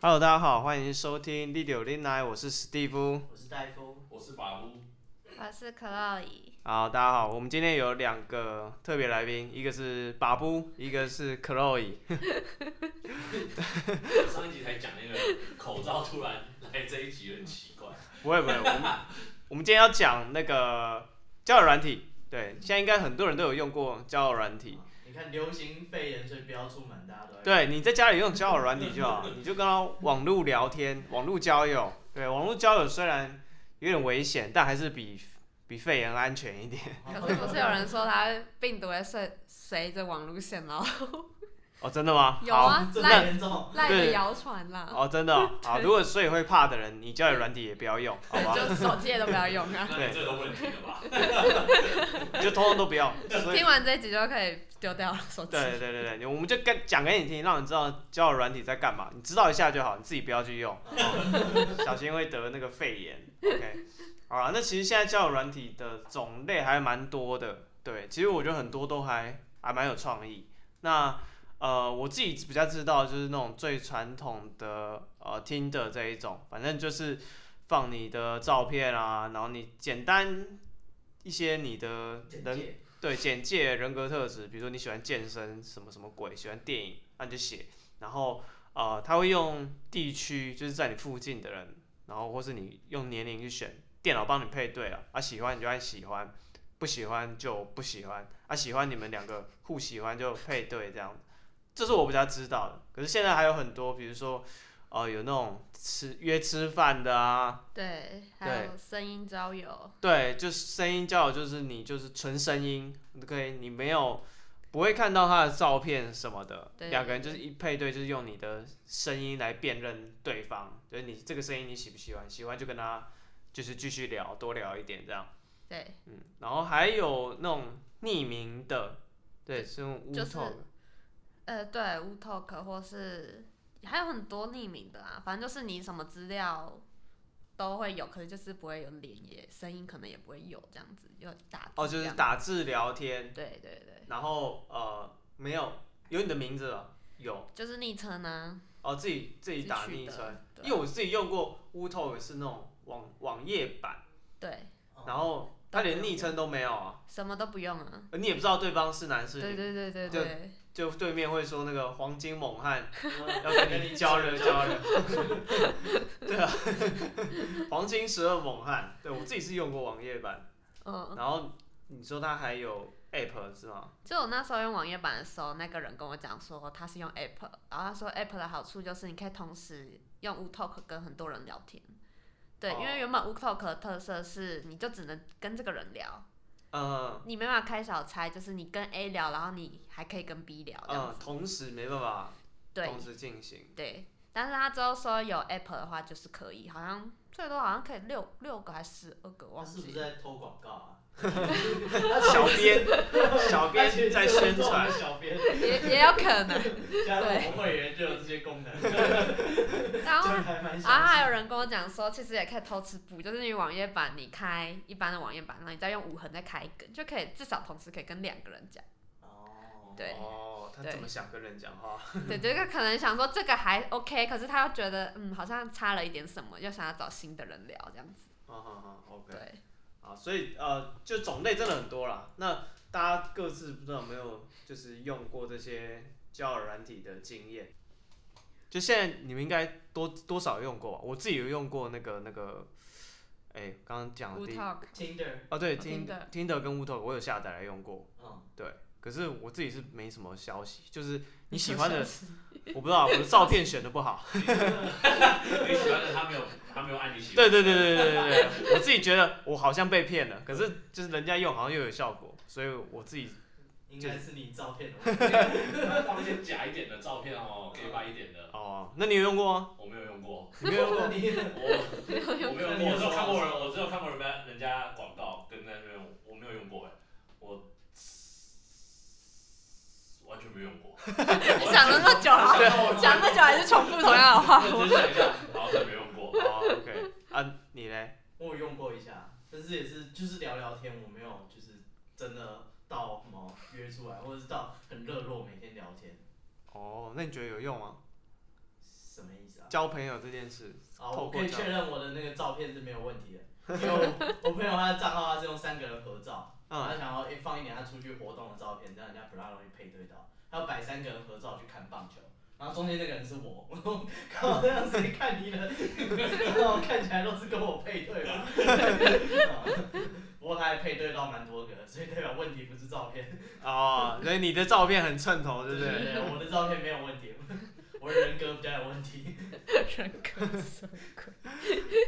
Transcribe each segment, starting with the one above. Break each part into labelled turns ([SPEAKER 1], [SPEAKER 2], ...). [SPEAKER 1] Hello，大家好，欢迎收听《第九零来》，我是史蒂夫。
[SPEAKER 2] 我是戴夫，
[SPEAKER 3] 我是把乌，
[SPEAKER 4] 我是 Chloe，
[SPEAKER 1] 好，大家好，我们今天有两个特别来宾，一个是巴布，一个是 Chloe。
[SPEAKER 3] 上一集才讲那个口罩，突然来这一集很奇怪。
[SPEAKER 1] 不会不会，我们我们今天要讲那个交友软体，对，现在应该很多人都有用过交友软体。
[SPEAKER 2] 你看流行肺炎，所以不要出门，大家都在
[SPEAKER 1] 对，你在家里用交友软体就好，你就跟他网络聊天、网络交友。对，网络交友虽然有点危险，但还是比比肺炎安全一点。
[SPEAKER 4] 可是不是有人说他病毒会随随着网路线哦？
[SPEAKER 1] 哦，真的吗？
[SPEAKER 4] 有
[SPEAKER 1] 好
[SPEAKER 4] 啊，
[SPEAKER 2] 这么
[SPEAKER 4] 赖
[SPEAKER 2] 严重？
[SPEAKER 4] 赖
[SPEAKER 1] 对
[SPEAKER 4] 的谣传啦，
[SPEAKER 1] 哦哦，真的哦、好，如果所以会怕的人，你交友软体也不要用，好
[SPEAKER 4] 对，
[SPEAKER 1] 吧？
[SPEAKER 4] 就手机也都不要用啊。
[SPEAKER 3] 那你这个问题了吧？
[SPEAKER 1] 你就通通都不要。所以
[SPEAKER 4] 听完这一集就可以丢掉了手机。
[SPEAKER 1] 对对对对，你我们就跟讲给你听，让你知道交友软体在干嘛，你知道一下就好，你自己不要去 用，小心会得那个肺炎。OK，好了，那其实现在交友软体的种类还蛮多的，对，其实我觉得很多都还还蛮有创意。那呃，我自己比较知道就是那种最传统的呃 Tinder 这一种，反正就是放你的照片啊，然后你简单一些你的
[SPEAKER 2] 简
[SPEAKER 1] 人
[SPEAKER 2] 介
[SPEAKER 1] 对简介、人格特质，比如说你喜欢健身什么什么鬼，喜欢电影，那你就写。然后呃，他会用地区，就是在你附近的人，然后或是你用年龄去选，电脑帮你配对了，啊喜欢你就按喜欢，不喜欢就不喜欢，啊喜欢你们两个互喜欢就配对这样。这是我比较知道的，可是现在还有很多，比如说呃有那种吃约吃饭的啊，
[SPEAKER 4] 对，还有声音交友，
[SPEAKER 1] 对，就是声音交友，就是你就是纯声音，可以，你没有不会看到他的照片什么的，
[SPEAKER 4] 对
[SPEAKER 1] 两个人就是一配对，就是用你的声音来辨认对方，就是你这个声音你喜不喜欢，喜欢就跟他就是继续聊，多聊一点这样，
[SPEAKER 4] 对，
[SPEAKER 1] 嗯，然后还有那种匿名的，对，是用乌
[SPEAKER 4] 就是
[SPEAKER 1] 头，
[SPEAKER 4] 呃，对 w Talk 或是还有很多匿名的啊，反正就是你什么资料都会有，可是就是不会有脸也声音可能也不会有这样子，有打字
[SPEAKER 1] 哦，就
[SPEAKER 4] 这
[SPEAKER 1] 是
[SPEAKER 4] 样
[SPEAKER 1] 打字聊天，
[SPEAKER 4] 对对对，
[SPEAKER 1] 然后呃没有有你的名字了，有。
[SPEAKER 4] 就是昵称啊，
[SPEAKER 1] 哦，自己自己
[SPEAKER 4] 自
[SPEAKER 1] 打
[SPEAKER 4] 取
[SPEAKER 1] 昵
[SPEAKER 4] 的
[SPEAKER 1] 称，
[SPEAKER 4] 对
[SPEAKER 1] 因为我自己用过 WooTalk 是那种网网页版，
[SPEAKER 4] 对。
[SPEAKER 1] 然后他连昵称哦都没有啊，
[SPEAKER 4] 什么都不用啊。
[SPEAKER 1] 呃你也不知道对方是男是
[SPEAKER 4] 对
[SPEAKER 1] 女，
[SPEAKER 4] 对对对
[SPEAKER 1] 就
[SPEAKER 4] 对，
[SPEAKER 1] 就对面会说那个黄金猛 汉要
[SPEAKER 2] 要
[SPEAKER 1] 跟你交流交流，对啊， 黄金十二猛汉，对我自己是用过网页版，
[SPEAKER 4] 嗯，
[SPEAKER 1] 然后你说他还有 App 是吗？
[SPEAKER 4] 就我那时候用网页版的时候，那个人跟我讲说他是用 App，然后他说 App 的好处就是你可以同时用 WooTalk 跟很多人聊天。对，因
[SPEAKER 1] 哦
[SPEAKER 4] 为原本 WooTalk 的特色是你就只能跟这个人聊，
[SPEAKER 1] 嗯
[SPEAKER 4] 你没办法开小差，就是你跟 A 聊，然后你还可以跟 B 聊这样
[SPEAKER 1] 嗯，
[SPEAKER 4] 子。
[SPEAKER 1] 同时没办法
[SPEAKER 4] 对
[SPEAKER 1] 同时进行，
[SPEAKER 4] 对，但是他之后说有 App 的话就是可以，好像最多好像可以六六个还是十二个，
[SPEAKER 2] 他
[SPEAKER 4] 忘
[SPEAKER 2] 是不是
[SPEAKER 4] 记了。
[SPEAKER 2] 在偷广告啊？
[SPEAKER 1] 小编小
[SPEAKER 2] 小
[SPEAKER 1] 编在宣传。
[SPEAKER 2] 小编
[SPEAKER 4] 也也有可能。
[SPEAKER 2] 加入我们会员就有这些功能，
[SPEAKER 4] 然后
[SPEAKER 2] 这还蛮详
[SPEAKER 4] 啊，
[SPEAKER 2] 细
[SPEAKER 4] 还有人跟我讲说，其实也可以偷吃补，就是你网页版你开一般的网页版，然后你再用无痕再开一个，就可以至少同时可以跟两个 人讲。
[SPEAKER 2] 哦，
[SPEAKER 4] 对
[SPEAKER 1] 哦，他
[SPEAKER 4] 对
[SPEAKER 1] 怎么想跟人讲话？
[SPEAKER 4] 对，这个可能想说这个还 OK，可是他又觉得嗯好像差了一点什么，又想要找新的人聊这样子。
[SPEAKER 1] 好好好，OK。
[SPEAKER 4] 对，
[SPEAKER 1] 啊，所以呃，就种类真的很多啦。那大家各自不知道有没有就是用过这些交友软体的经验？就现在你们应该多多少用过吧？我自己有用过那个那个，哎、刚刚讲的
[SPEAKER 4] w
[SPEAKER 1] 第
[SPEAKER 4] Talk，
[SPEAKER 2] Tinder，
[SPEAKER 1] 啊，对，
[SPEAKER 4] 哦
[SPEAKER 1] 听
[SPEAKER 4] Tinder
[SPEAKER 1] 听的跟乌头，我有下载来用过。
[SPEAKER 2] 嗯，
[SPEAKER 1] 对，可是我自己是没什么消息，就是你喜欢的，我不知道我的照片选的不好。
[SPEAKER 3] 你喜欢的他没有，他没有按你喜欢。
[SPEAKER 1] 对对对对对对对，我自己觉得我好像被骗了，可是就是人家用好像又有效果，所以我自己
[SPEAKER 2] 应该是你照片的问题。
[SPEAKER 3] 放一些假一点的照片哦，给白一点的，
[SPEAKER 1] 哦，那你有用过吗？
[SPEAKER 3] 我没有用 过，
[SPEAKER 1] 你没有用过？
[SPEAKER 2] 你
[SPEAKER 3] 我
[SPEAKER 4] 没有
[SPEAKER 3] 我
[SPEAKER 4] 用
[SPEAKER 3] 没有用过，我只有看过人，我只有看过人家人家广告跟那边，我没有用过哎，我完全没用 过。
[SPEAKER 4] 讲了那么 久了，讲那么久还是重复同样的话。
[SPEAKER 3] 认真想一下，然后再没用过。
[SPEAKER 1] 哦，OK，啊，你嘞？
[SPEAKER 2] 我有用过一下，但是也是就是聊聊天，我没有就是真的到什么约出来，或者是到很热络每天聊天，
[SPEAKER 1] 哦，那你觉得有用吗？
[SPEAKER 2] 什么意思？思啊。
[SPEAKER 1] 交朋友这件事，
[SPEAKER 2] 好，
[SPEAKER 1] 透
[SPEAKER 2] 我
[SPEAKER 1] 过
[SPEAKER 2] 可以
[SPEAKER 1] 交
[SPEAKER 2] 确认我的那个照片是没有问题的，因为我 我朋友他的账号他是用三个人合照，然后
[SPEAKER 1] 嗯，
[SPEAKER 2] 他想要诶放一点他出去活动的照片，这样人家不太容易配对到。他要摆三个人合照去看棒球，然后中间那个人是我， 我说靠，这样谁看你的？然后看起来都是跟我配对吧。 啊不过他还配对到蛮多个，所以代表问题不是照片。
[SPEAKER 1] 哦，所以你的照片很衬头，对 不对？
[SPEAKER 2] 对对，我的照片没有问题，我的人格比较有问题。
[SPEAKER 4] 人格神鬼。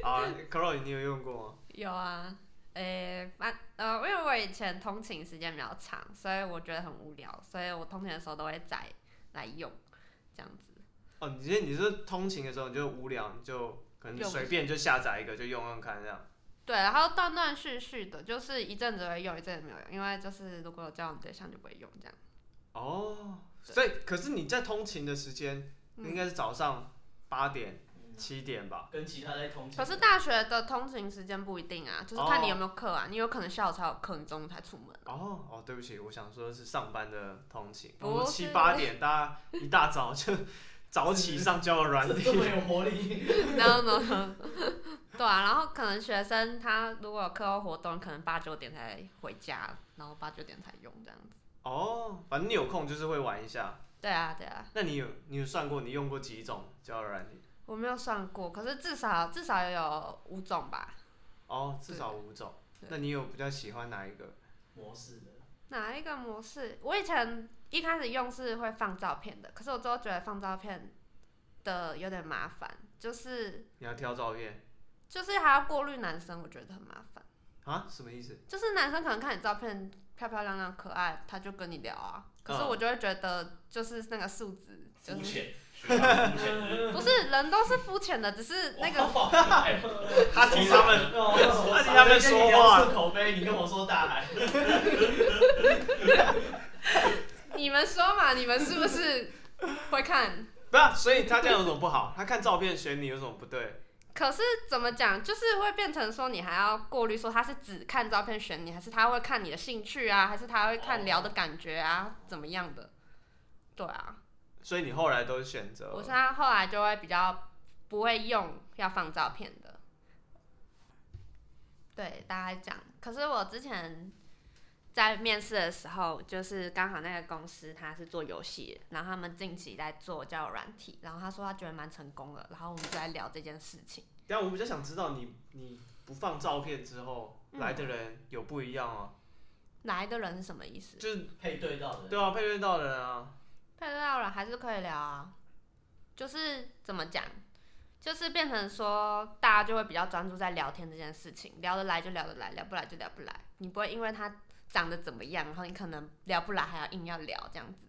[SPEAKER 1] 啊 c l o 你有用过吗？
[SPEAKER 4] 有啊，诶、反呃，因为我以前通勤时间比较长，所以我觉得很无聊，所以我通勤的时候都会载来用，这样子。
[SPEAKER 1] 哦，你是你是通勤的时候你就无聊，你就可能
[SPEAKER 4] 用
[SPEAKER 1] 随便就下载一个就用用看这样。
[SPEAKER 4] 对，然后断断续续的，就是一阵子会用，一阵子没有用，因为就是如果有交往对象就不会用这样。
[SPEAKER 1] 哦，所以可是你在通勤的时间
[SPEAKER 4] 嗯
[SPEAKER 1] 应该是早上八点
[SPEAKER 2] 嗯
[SPEAKER 1] 七点吧？
[SPEAKER 2] 跟其他在同行
[SPEAKER 4] 可
[SPEAKER 2] 的
[SPEAKER 4] 是大学的通勤时间不一定啊，就是看
[SPEAKER 1] 哦
[SPEAKER 4] 你有没有课啊，你有可能下午才有课，你中午才出门。
[SPEAKER 1] 哦哦，对不起，我想说是上班的通勤，
[SPEAKER 4] 不
[SPEAKER 1] 我们
[SPEAKER 4] 是
[SPEAKER 1] 七八点大家一大早就 早起上交友软
[SPEAKER 2] 这么
[SPEAKER 1] 体，
[SPEAKER 2] 有活力，
[SPEAKER 4] no no no，对啊，然后可能学生他如果有课后活动，可能八九点才回家，然后八九点才用这样子。
[SPEAKER 1] 哦，反正你有空就是会玩一下。
[SPEAKER 4] 对啊对啊，
[SPEAKER 1] 那你有你有算过你用过几种交友软体？
[SPEAKER 4] 我没有算过，可是至少至少也有五种吧。
[SPEAKER 1] 哦，至少五种。
[SPEAKER 4] 对
[SPEAKER 1] 那你有比较喜欢哪一个？
[SPEAKER 2] 模式的，
[SPEAKER 4] 哪一个模式？我以前一开始用是会放照片的，可是我最后觉得放照片的有点麻烦，就是
[SPEAKER 1] 你要挑照片
[SPEAKER 4] 就是还要过滤男生，我觉得很麻烦。
[SPEAKER 1] 啊？什么意思？
[SPEAKER 4] 就是男生可能看你照片漂漂亮亮、可爱，他就跟你聊啊。可是
[SPEAKER 1] 嗯
[SPEAKER 4] 我就会觉得，就是那个数值，就
[SPEAKER 3] 肤
[SPEAKER 4] 是
[SPEAKER 3] 浅，学长肤浅。
[SPEAKER 4] 不是人都是肤浅的，只是 那个
[SPEAKER 3] 哇， 哎
[SPEAKER 1] 他提他们
[SPEAKER 2] 哦而
[SPEAKER 1] 且他们说话
[SPEAKER 2] 口碑，你跟我说大海，
[SPEAKER 4] 你们说嘛，你们是不是会看？
[SPEAKER 1] 不要，所以他这样有什么不好？他看照片选你有什么不对？
[SPEAKER 4] 可是怎么讲，就是会变成说你还要过滤，说他是只看照片选你，还是他会看你的兴趣啊，还是他会看聊的感觉啊，怎么样的？对啊，
[SPEAKER 1] 所以你后来都选择
[SPEAKER 4] 我现在后来就会比较不会用要放照片的。对，大概这样。可是我之前在面试的时候，就是刚好那个公司他是做游戏的，然后他们近期在做交友软体，然后他说他觉得蛮成功的，然后我们就在聊这件事情。
[SPEAKER 1] 但我比较想知道你你不放照片之后、
[SPEAKER 4] 嗯
[SPEAKER 1] 来的人有不一样吗？
[SPEAKER 4] 来的人是什么意思？
[SPEAKER 1] 就是
[SPEAKER 2] 配对到的，
[SPEAKER 1] 对啊，配对到的人啊，
[SPEAKER 4] 配对到了还是可以聊啊，就是怎么讲，就是变成说大家就会比较专注在聊天这件事情，聊得来就聊得来，聊不来就聊不来，你不会因为他长得怎么样，然后你可能聊不来还要硬要聊这样子。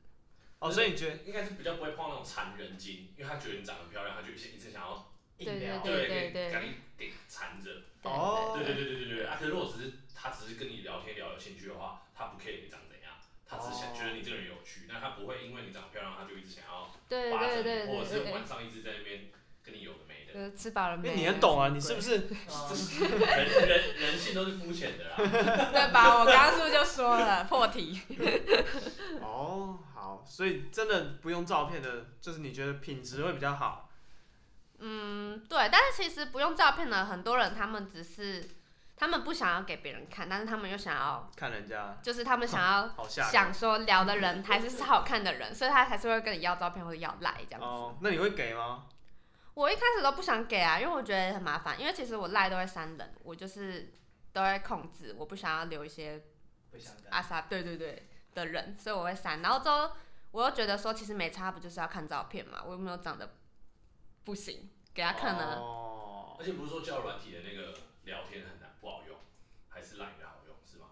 [SPEAKER 1] 哦，
[SPEAKER 3] 嗯
[SPEAKER 1] 所以你觉得
[SPEAKER 3] 应该是比较不会碰到那种缠人精，因为他觉得你长得漂亮，他就一直一直想要
[SPEAKER 2] 硬聊
[SPEAKER 4] 对对对
[SPEAKER 3] 给赶紧给缠着。
[SPEAKER 4] 对
[SPEAKER 1] 哦
[SPEAKER 3] 对对对对对对。啊，可是如果只是他只是跟你聊天聊有兴趣的话，他不 care 你长怎样，他只是想
[SPEAKER 1] 哦
[SPEAKER 3] 觉得你这个人有趣，那他不会因为你长得漂亮，他就一直想要
[SPEAKER 4] 对
[SPEAKER 3] 扒着
[SPEAKER 4] 对对对
[SPEAKER 3] 你，或者
[SPEAKER 4] 对
[SPEAKER 3] 是
[SPEAKER 4] 对
[SPEAKER 3] 晚上一直在那边跟你有的没的。
[SPEAKER 4] 就是吃饱了
[SPEAKER 1] 因
[SPEAKER 4] 没？
[SPEAKER 1] 为你很懂啊，你是不是？
[SPEAKER 2] 啊
[SPEAKER 3] 人人人性都是肤浅的啦。
[SPEAKER 4] 对吧？我刚刚是不是就说了 破题？
[SPEAKER 1] 哦，好，所以真的不用照片的，就是你觉得品质会比较好
[SPEAKER 4] 嗯，对，但是其实不用照片的很多人，他们只是他们不想要给别人看，但是他们又想要，
[SPEAKER 1] 看人家
[SPEAKER 4] 就是他们想要
[SPEAKER 1] 好下流
[SPEAKER 4] 想说聊的人还是是好看的人，所以他还是会跟你要照片或者要赖这样子。
[SPEAKER 1] 哦，那你会给吗？
[SPEAKER 4] 我一开始都不想给啊，因为我觉得很麻烦，因为其实我赖都会删人，我就是都会控制，我不想要留一些
[SPEAKER 2] 不想干。
[SPEAKER 4] 阿萨对对对的人，所以我会删。然后之后我又觉得说，其实没差，不就是要看照片嘛，我又没有长得不行，给他看呢、
[SPEAKER 1] 哦，
[SPEAKER 3] 而且不是说交友软体的那个聊天很难不好用，还是懒得好用是吗？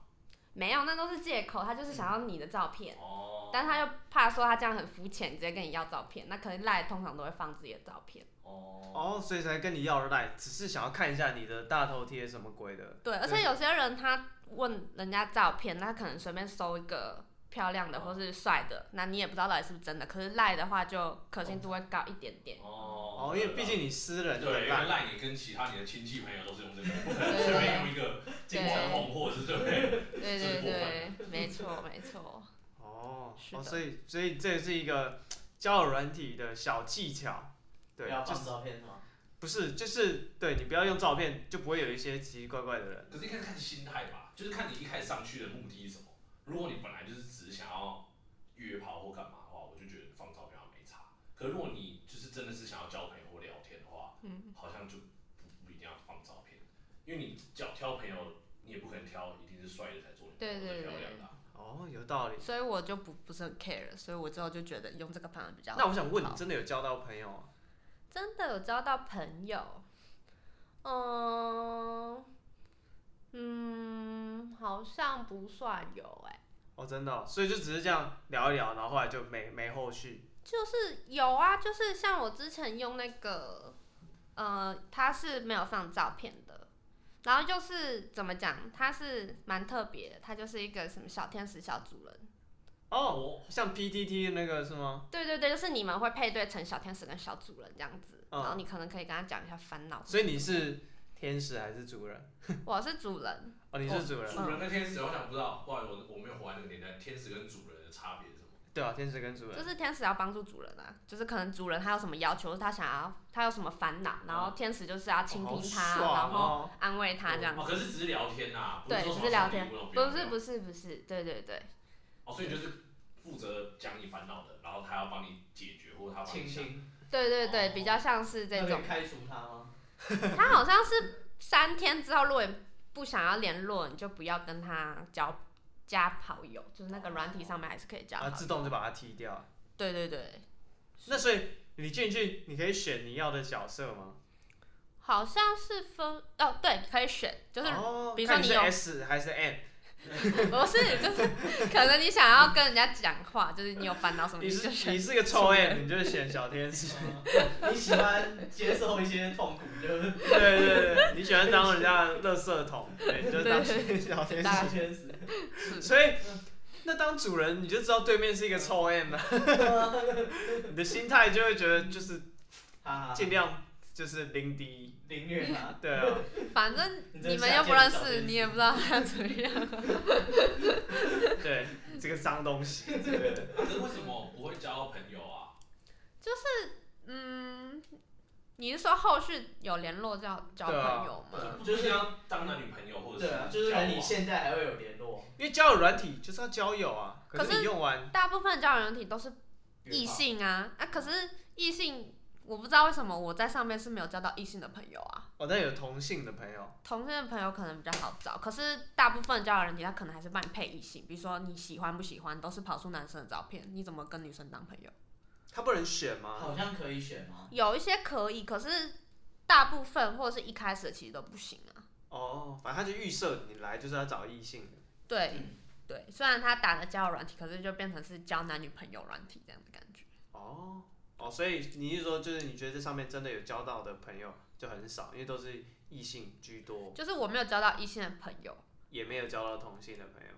[SPEAKER 4] 没有，那都是借口，他就是想要你的照片。
[SPEAKER 3] 哦。
[SPEAKER 4] 但是他又怕说他这样很肤浅，直接跟你要照片，那可能赖通常都会放自己的照片。
[SPEAKER 3] 哦。
[SPEAKER 1] 哦，所以才跟你要赖，只是想要看一下你的大头贴什么鬼的。
[SPEAKER 4] 对，而且有些人他问人家照片，他可能随便搜一个漂亮
[SPEAKER 1] 哦
[SPEAKER 4] 的或是帅的，那你也不知道到底是不是真的。可是赖的话，就可信度会高一点点。
[SPEAKER 3] 哦
[SPEAKER 1] 哦，因为
[SPEAKER 2] 啊
[SPEAKER 1] 毕竟你私人就
[SPEAKER 3] 对，
[SPEAKER 1] 很
[SPEAKER 3] 因为
[SPEAKER 1] 烂。
[SPEAKER 3] 赖你跟其他你的亲戚朋友都是用这个，不可能随便用一个金城红或者是对不对？
[SPEAKER 4] 对对对，没错没错。
[SPEAKER 1] 哦，
[SPEAKER 4] 是
[SPEAKER 1] 哦，
[SPEAKER 4] 的
[SPEAKER 1] 所以所以这是一个交友软体的小技巧。
[SPEAKER 2] 不
[SPEAKER 1] 对，
[SPEAKER 2] 要
[SPEAKER 1] 就
[SPEAKER 2] 放
[SPEAKER 1] 是
[SPEAKER 2] 照片是吗？
[SPEAKER 1] 不是就是对你不要用照片，就不会有一些奇奇怪怪的人。
[SPEAKER 3] 可是一开始看心态吧，就是看你一开始上去的目的是什么。如果你本来就是只想要约炮或干嘛的话，我就觉得放照片好像没差。可如果你就是真的是想要交朋友或聊天的话，
[SPEAKER 4] 嗯，
[SPEAKER 3] 好像就不不一定要放照片，因为你只要挑朋友，你也不可能挑一定是帅的才做你朋友，
[SPEAKER 4] 对
[SPEAKER 3] 或
[SPEAKER 4] 对
[SPEAKER 3] 者漂
[SPEAKER 4] 对
[SPEAKER 3] 亮的啊、
[SPEAKER 1] 哦，有道理。
[SPEAKER 4] 所以我就不不是很 care，所以我之后就觉得用这个方法比较好。
[SPEAKER 1] 那我想问，你真的有交到朋友吗？
[SPEAKER 4] 真的有交到朋友，嗯嗯，好像不算有哎、
[SPEAKER 1] 哦，真的哦、所以就只是这样聊一聊，然后后来就没没后续。
[SPEAKER 4] 就是有啊，就是像我之前用那个，呃，它是没有放照片的，然后就是怎么讲，它是蛮特别的，它就是一个什么小天使小主人，
[SPEAKER 1] 哦，像 PTT 那个是吗？
[SPEAKER 4] 对对对，就是你们会配对成小天使跟小主人这样子，
[SPEAKER 1] 嗯
[SPEAKER 4] 然后你可能可以跟他讲一下烦恼。
[SPEAKER 1] 所以你是天使还是主人？
[SPEAKER 4] 我是主人，
[SPEAKER 1] 哦，你是主人。
[SPEAKER 3] 主人跟天使，我想不知道，不好意思，我我没有活在那个年代，天使跟主人的差别是什么？
[SPEAKER 1] 对啊，天使跟主人。
[SPEAKER 4] 就是天使要帮助主人啊，就是可能主人他有什么要求，他想要他有什么烦恼，然后天使就是要倾
[SPEAKER 1] 嗯哦
[SPEAKER 4] 听
[SPEAKER 1] 好
[SPEAKER 4] 他，
[SPEAKER 1] 爽
[SPEAKER 4] 然后
[SPEAKER 1] 哦
[SPEAKER 4] 安慰他这样
[SPEAKER 3] 哦，
[SPEAKER 4] 子。
[SPEAKER 3] 可是只是聊天呐、不
[SPEAKER 4] 对
[SPEAKER 3] 是说什
[SPEAKER 4] 只
[SPEAKER 3] 么
[SPEAKER 4] 是聊
[SPEAKER 3] 送礼
[SPEAKER 4] 天
[SPEAKER 3] 物那种
[SPEAKER 1] 哦
[SPEAKER 4] 不
[SPEAKER 3] 不
[SPEAKER 4] 是
[SPEAKER 3] 用
[SPEAKER 4] 不是不是，对对对。
[SPEAKER 3] 哦，所以就是负责讲你烦恼的，然后他要帮你解决，或者他帮
[SPEAKER 2] 亲
[SPEAKER 3] 你想。
[SPEAKER 2] 亲，
[SPEAKER 4] 对对对，
[SPEAKER 3] 哦
[SPEAKER 4] 比较像是这
[SPEAKER 2] 那
[SPEAKER 4] 种
[SPEAKER 2] 边。开除他吗？
[SPEAKER 4] 他好像是三天之后，如果你不想要联络，你就不要跟他交加好友，就是那个软体上面还是可以加好
[SPEAKER 1] 啊，
[SPEAKER 4] 友。
[SPEAKER 1] 自动就把它踢掉啊。
[SPEAKER 4] 对对对，
[SPEAKER 1] 那所以你进去，你可以选你要的角色吗？
[SPEAKER 4] 好像是分哦，对，可以选，就是
[SPEAKER 1] 哦，
[SPEAKER 4] 比如说
[SPEAKER 1] 看
[SPEAKER 4] 你
[SPEAKER 1] 是
[SPEAKER 4] 有
[SPEAKER 1] S 还是 M，
[SPEAKER 4] 不是就是可能你想要跟人家讲话，就是你有烦恼什么，
[SPEAKER 1] 你
[SPEAKER 4] 你就是 选
[SPEAKER 1] 你是个臭 M，你就选小天使。
[SPEAKER 2] 你喜欢接受一些痛苦，就是
[SPEAKER 1] 对对对，你喜欢当人家的垃圾桶，对，你就当小天
[SPEAKER 4] 大
[SPEAKER 1] 使。
[SPEAKER 4] 概
[SPEAKER 2] 天使。
[SPEAKER 4] 是
[SPEAKER 1] 所以，那当主人你就知道对面是一个臭 M 了，
[SPEAKER 4] 啊
[SPEAKER 1] 你的心态就会觉得就是
[SPEAKER 2] 哈哈，
[SPEAKER 1] 尽量就是零低，
[SPEAKER 2] 凌虐他。
[SPEAKER 1] 对啊。
[SPEAKER 4] 反正
[SPEAKER 2] 你真
[SPEAKER 4] 你
[SPEAKER 2] 的
[SPEAKER 4] 们
[SPEAKER 2] 下
[SPEAKER 4] 又不
[SPEAKER 2] 贱
[SPEAKER 4] 认
[SPEAKER 2] 小天
[SPEAKER 4] 识，
[SPEAKER 2] 使
[SPEAKER 4] 你也不知道他怎 么样。
[SPEAKER 1] 对，这个脏东西。
[SPEAKER 3] 可是为什么不会交朋友啊？
[SPEAKER 4] 嗯，你是说后续有联络交交
[SPEAKER 1] 对啊
[SPEAKER 4] 朋友吗？
[SPEAKER 3] 就就是要当男女朋友或者
[SPEAKER 2] 嗯对啊，就是
[SPEAKER 3] 交
[SPEAKER 2] 可
[SPEAKER 3] 往
[SPEAKER 2] 能你现在还会有联络，
[SPEAKER 1] 因为交友软体就是要交友啊，可
[SPEAKER 4] 可
[SPEAKER 1] 是
[SPEAKER 4] 是
[SPEAKER 1] 你用完，
[SPEAKER 4] 大部分交友软体都是异性啊，啊，可是异性，我不知道为什么我在上面是没有交到异性的朋友啊。
[SPEAKER 1] 哦，但有同性的朋友，
[SPEAKER 4] 同性的朋友可能比较好找，可是大部分交友软体他可能还是帮你配异性，比如说你喜欢不喜欢都是跑出男生的照片，你怎么跟女生当朋友？
[SPEAKER 1] 他不能选吗？
[SPEAKER 2] 好像可以选吗？
[SPEAKER 4] 有一些可以，可是大部分或者是一开始其实都不行啊。
[SPEAKER 1] 哦，反正他就预设你来就是要找异性的。
[SPEAKER 4] 对、
[SPEAKER 2] 嗯
[SPEAKER 4] 对，虽然他打了交友软体，可是就变成是交男女朋友软体这样的感觉。
[SPEAKER 1] 哦哦，所以你是说就是你觉得这上面真的有交到的朋友就很少，因为都是异性居多，
[SPEAKER 4] 就是我没有交到异性的朋友，
[SPEAKER 1] 也没有交到同性的朋友。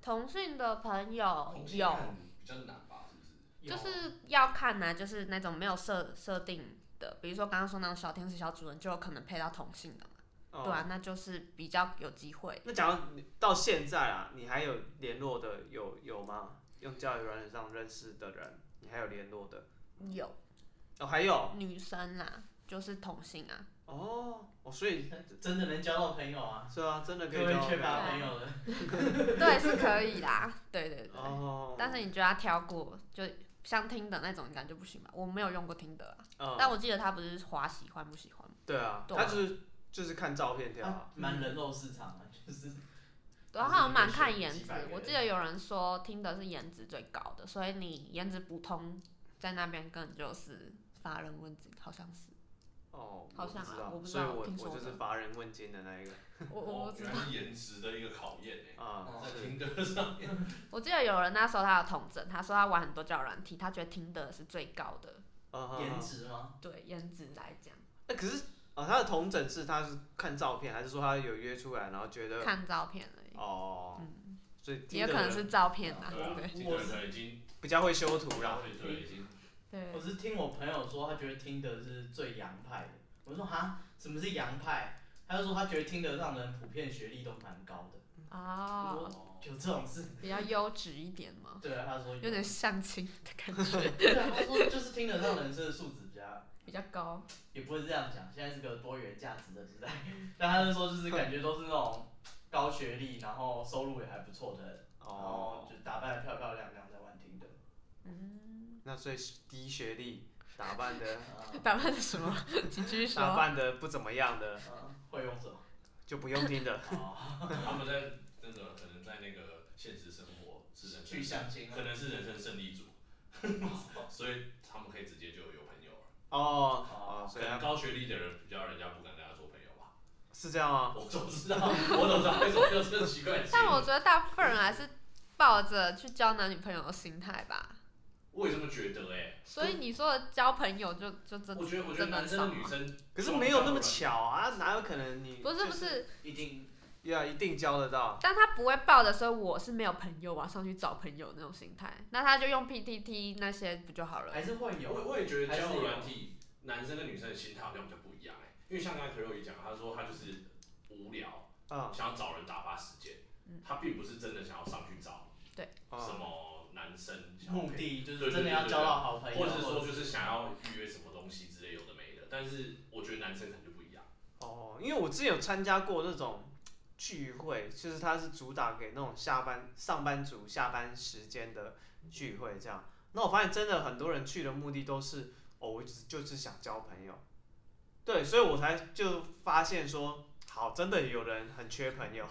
[SPEAKER 4] 同性的朋友
[SPEAKER 3] 同性
[SPEAKER 4] 哦有，
[SPEAKER 3] 看比较难吧？是不是？
[SPEAKER 2] 有
[SPEAKER 4] 就是要看呢、就是那种没有设设定的，比如说刚刚说那种小天使、小主人，就有可能配到同性的嘛，
[SPEAKER 1] 哦、
[SPEAKER 4] 对啊，那就是比较有机会。
[SPEAKER 1] 那假如你到现在啊，你还有联络的有有吗？用交友软体上认识的人，你还有联络的？
[SPEAKER 4] 有
[SPEAKER 1] 哦，还有
[SPEAKER 4] 女生啦、就是同性啊，
[SPEAKER 1] 哦哦，所以
[SPEAKER 2] 真的能交到朋友啊，
[SPEAKER 1] 是啊，真的可
[SPEAKER 2] 各
[SPEAKER 1] 以
[SPEAKER 2] 位
[SPEAKER 1] 交
[SPEAKER 2] 缺
[SPEAKER 1] 朋友
[SPEAKER 2] 乏朋友的，
[SPEAKER 4] 对，是可以啦，对对对。
[SPEAKER 1] 哦，
[SPEAKER 4] 但是你就要挑过，就像听的那种，应该就不行吧？我没有用过听的啊，
[SPEAKER 1] 嗯，
[SPEAKER 4] 但我记得他不是滑喜欢不喜欢吗？
[SPEAKER 1] 对啊，
[SPEAKER 4] 对啊
[SPEAKER 1] 他就是就是看照片跳啊，
[SPEAKER 2] 他蛮人肉市场啊，就是
[SPEAKER 4] 对啊，他好像蛮看颜
[SPEAKER 2] 几
[SPEAKER 4] 值
[SPEAKER 2] 百个。人
[SPEAKER 4] 我记得有人说听的是颜值最高的，所以你颜值普通，在那边根本就是乏人问津，好像是。
[SPEAKER 1] 哦，
[SPEAKER 4] 好像啊
[SPEAKER 1] 我
[SPEAKER 4] 我
[SPEAKER 1] 不
[SPEAKER 4] 不
[SPEAKER 1] 知
[SPEAKER 4] 知
[SPEAKER 1] 道，所以
[SPEAKER 4] 道
[SPEAKER 1] 我
[SPEAKER 4] 听说
[SPEAKER 1] 我就是
[SPEAKER 4] 的
[SPEAKER 1] 乏人问津的那一个
[SPEAKER 4] 我我
[SPEAKER 3] 哦
[SPEAKER 4] 不知
[SPEAKER 3] 原
[SPEAKER 4] 道
[SPEAKER 3] 来，是颜值的一个考验诶、
[SPEAKER 1] 啊，
[SPEAKER 2] 哦
[SPEAKER 3] 在
[SPEAKER 1] 是
[SPEAKER 3] 听歌上面，
[SPEAKER 4] 我记得有人那时候他有统整，他说他玩很多交友软体，他觉得听的是最高的，
[SPEAKER 1] 嗯嗯
[SPEAKER 2] 颜
[SPEAKER 1] 嗯
[SPEAKER 2] 值吗？
[SPEAKER 4] 对颜值来讲，
[SPEAKER 1] 那可是啊，他的同诊是他是看照片，还是说他有约出来，然后觉得
[SPEAKER 4] 看照片而已，
[SPEAKER 1] 哦，
[SPEAKER 4] 嗯，
[SPEAKER 1] 所以
[SPEAKER 4] 也有
[SPEAKER 1] Tinder
[SPEAKER 4] 可能是照片啦，
[SPEAKER 3] 对
[SPEAKER 1] 哦
[SPEAKER 3] 啊，
[SPEAKER 4] 对
[SPEAKER 3] 听歌可能已经
[SPEAKER 1] 比较会修图啦，
[SPEAKER 3] 对对 已经
[SPEAKER 2] 我
[SPEAKER 1] 啊哦
[SPEAKER 4] 对，
[SPEAKER 2] 是听我朋友说，他觉得听的是最洋派的。我说哈，什么是洋派？他就说他觉得听的让人普遍学历都蛮高的，
[SPEAKER 4] 哦，
[SPEAKER 3] 哦
[SPEAKER 2] 有这种事？
[SPEAKER 4] 比较优质一点嘛，
[SPEAKER 2] 对啊，他说
[SPEAKER 4] 有点相亲的感觉，
[SPEAKER 2] 对啊，他说就是听得上人生的素质比较
[SPEAKER 5] 比较高。
[SPEAKER 2] 也不会这样讲，现在是个多元价值的时代，但他是说就是感觉都是那种高学历，然后收入也还不错的人，然后
[SPEAKER 1] 哦，
[SPEAKER 2] 就打扮得漂漂亮亮在玩听的。
[SPEAKER 5] 嗯，
[SPEAKER 1] 那所以低学历打扮 的
[SPEAKER 2] 啊
[SPEAKER 3] 嗯
[SPEAKER 5] 打扮是什么？请继续
[SPEAKER 1] 哦打
[SPEAKER 5] 说。
[SPEAKER 1] 扮的不怎么样的
[SPEAKER 2] 啊会用什
[SPEAKER 3] 嗯
[SPEAKER 2] 么？
[SPEAKER 1] 就不用听的，
[SPEAKER 2] 哦，
[SPEAKER 3] 他们在那个可能在那个现实生活是人
[SPEAKER 2] 去
[SPEAKER 3] 生，
[SPEAKER 2] 相亲啊
[SPEAKER 3] 可？能是人生胜利组，所以他们可以直接就有朋友了。
[SPEAKER 1] 哦
[SPEAKER 2] 哦
[SPEAKER 1] 哦，
[SPEAKER 3] 可
[SPEAKER 1] 所以
[SPEAKER 3] 能
[SPEAKER 1] 他
[SPEAKER 3] 高学历的人比较人家不敢跟他做朋友吧。
[SPEAKER 1] 是这样啊吗？
[SPEAKER 3] 我怎么知道？我怎么知道为什么有这种奇怪的心
[SPEAKER 4] 但
[SPEAKER 3] 理？
[SPEAKER 4] 我觉得大部分人还是抱着去交男女朋友的心态吧。
[SPEAKER 3] 我也这么觉得哎、
[SPEAKER 4] 所以你说的交朋友就就真
[SPEAKER 3] 我觉得我觉得
[SPEAKER 4] 真
[SPEAKER 3] 男
[SPEAKER 4] 的啊
[SPEAKER 3] 生
[SPEAKER 4] 少
[SPEAKER 3] 跟女
[SPEAKER 4] 吗？
[SPEAKER 3] 生
[SPEAKER 1] 可是没有那么巧啊，哪有可能你
[SPEAKER 4] 不是不
[SPEAKER 1] 就是，
[SPEAKER 4] 是，
[SPEAKER 2] 一定
[SPEAKER 1] 呀，一定交得到。
[SPEAKER 4] 但他不会抱着说我是没有朋友，我要上去找朋友那种心态，那他就用 PTT 那些不就好了？
[SPEAKER 2] 还是会有
[SPEAKER 3] 我我也觉得
[SPEAKER 2] 还是
[SPEAKER 3] 交友
[SPEAKER 2] 有
[SPEAKER 3] 软体男生跟女生的心态好像比较不一样哎、因为像刚才 Cleo 也讲，他说他就是无聊，
[SPEAKER 1] 嗯
[SPEAKER 3] 想要找人打发时间，
[SPEAKER 4] 嗯
[SPEAKER 3] 他并不是真的想要上去找什
[SPEAKER 1] 嗯，
[SPEAKER 3] 么男生想要
[SPEAKER 2] 目的，就
[SPEAKER 3] 对
[SPEAKER 2] 是
[SPEAKER 3] 对
[SPEAKER 2] 真的要
[SPEAKER 3] 对
[SPEAKER 2] 交
[SPEAKER 3] 对
[SPEAKER 2] 到好朋友，
[SPEAKER 3] 或者是说就是想要预约什么东西之类有的没的，但是我觉得男生可能就不一样。
[SPEAKER 1] 哦，因为我之前有参加过那种聚会，就是它是主打给那种下班上班族下班时间的聚会这样。那我发现真的很多人去的目的都是，哦，我只就是想交朋友，对，所以我才就发现说，好，真的有人很缺朋友，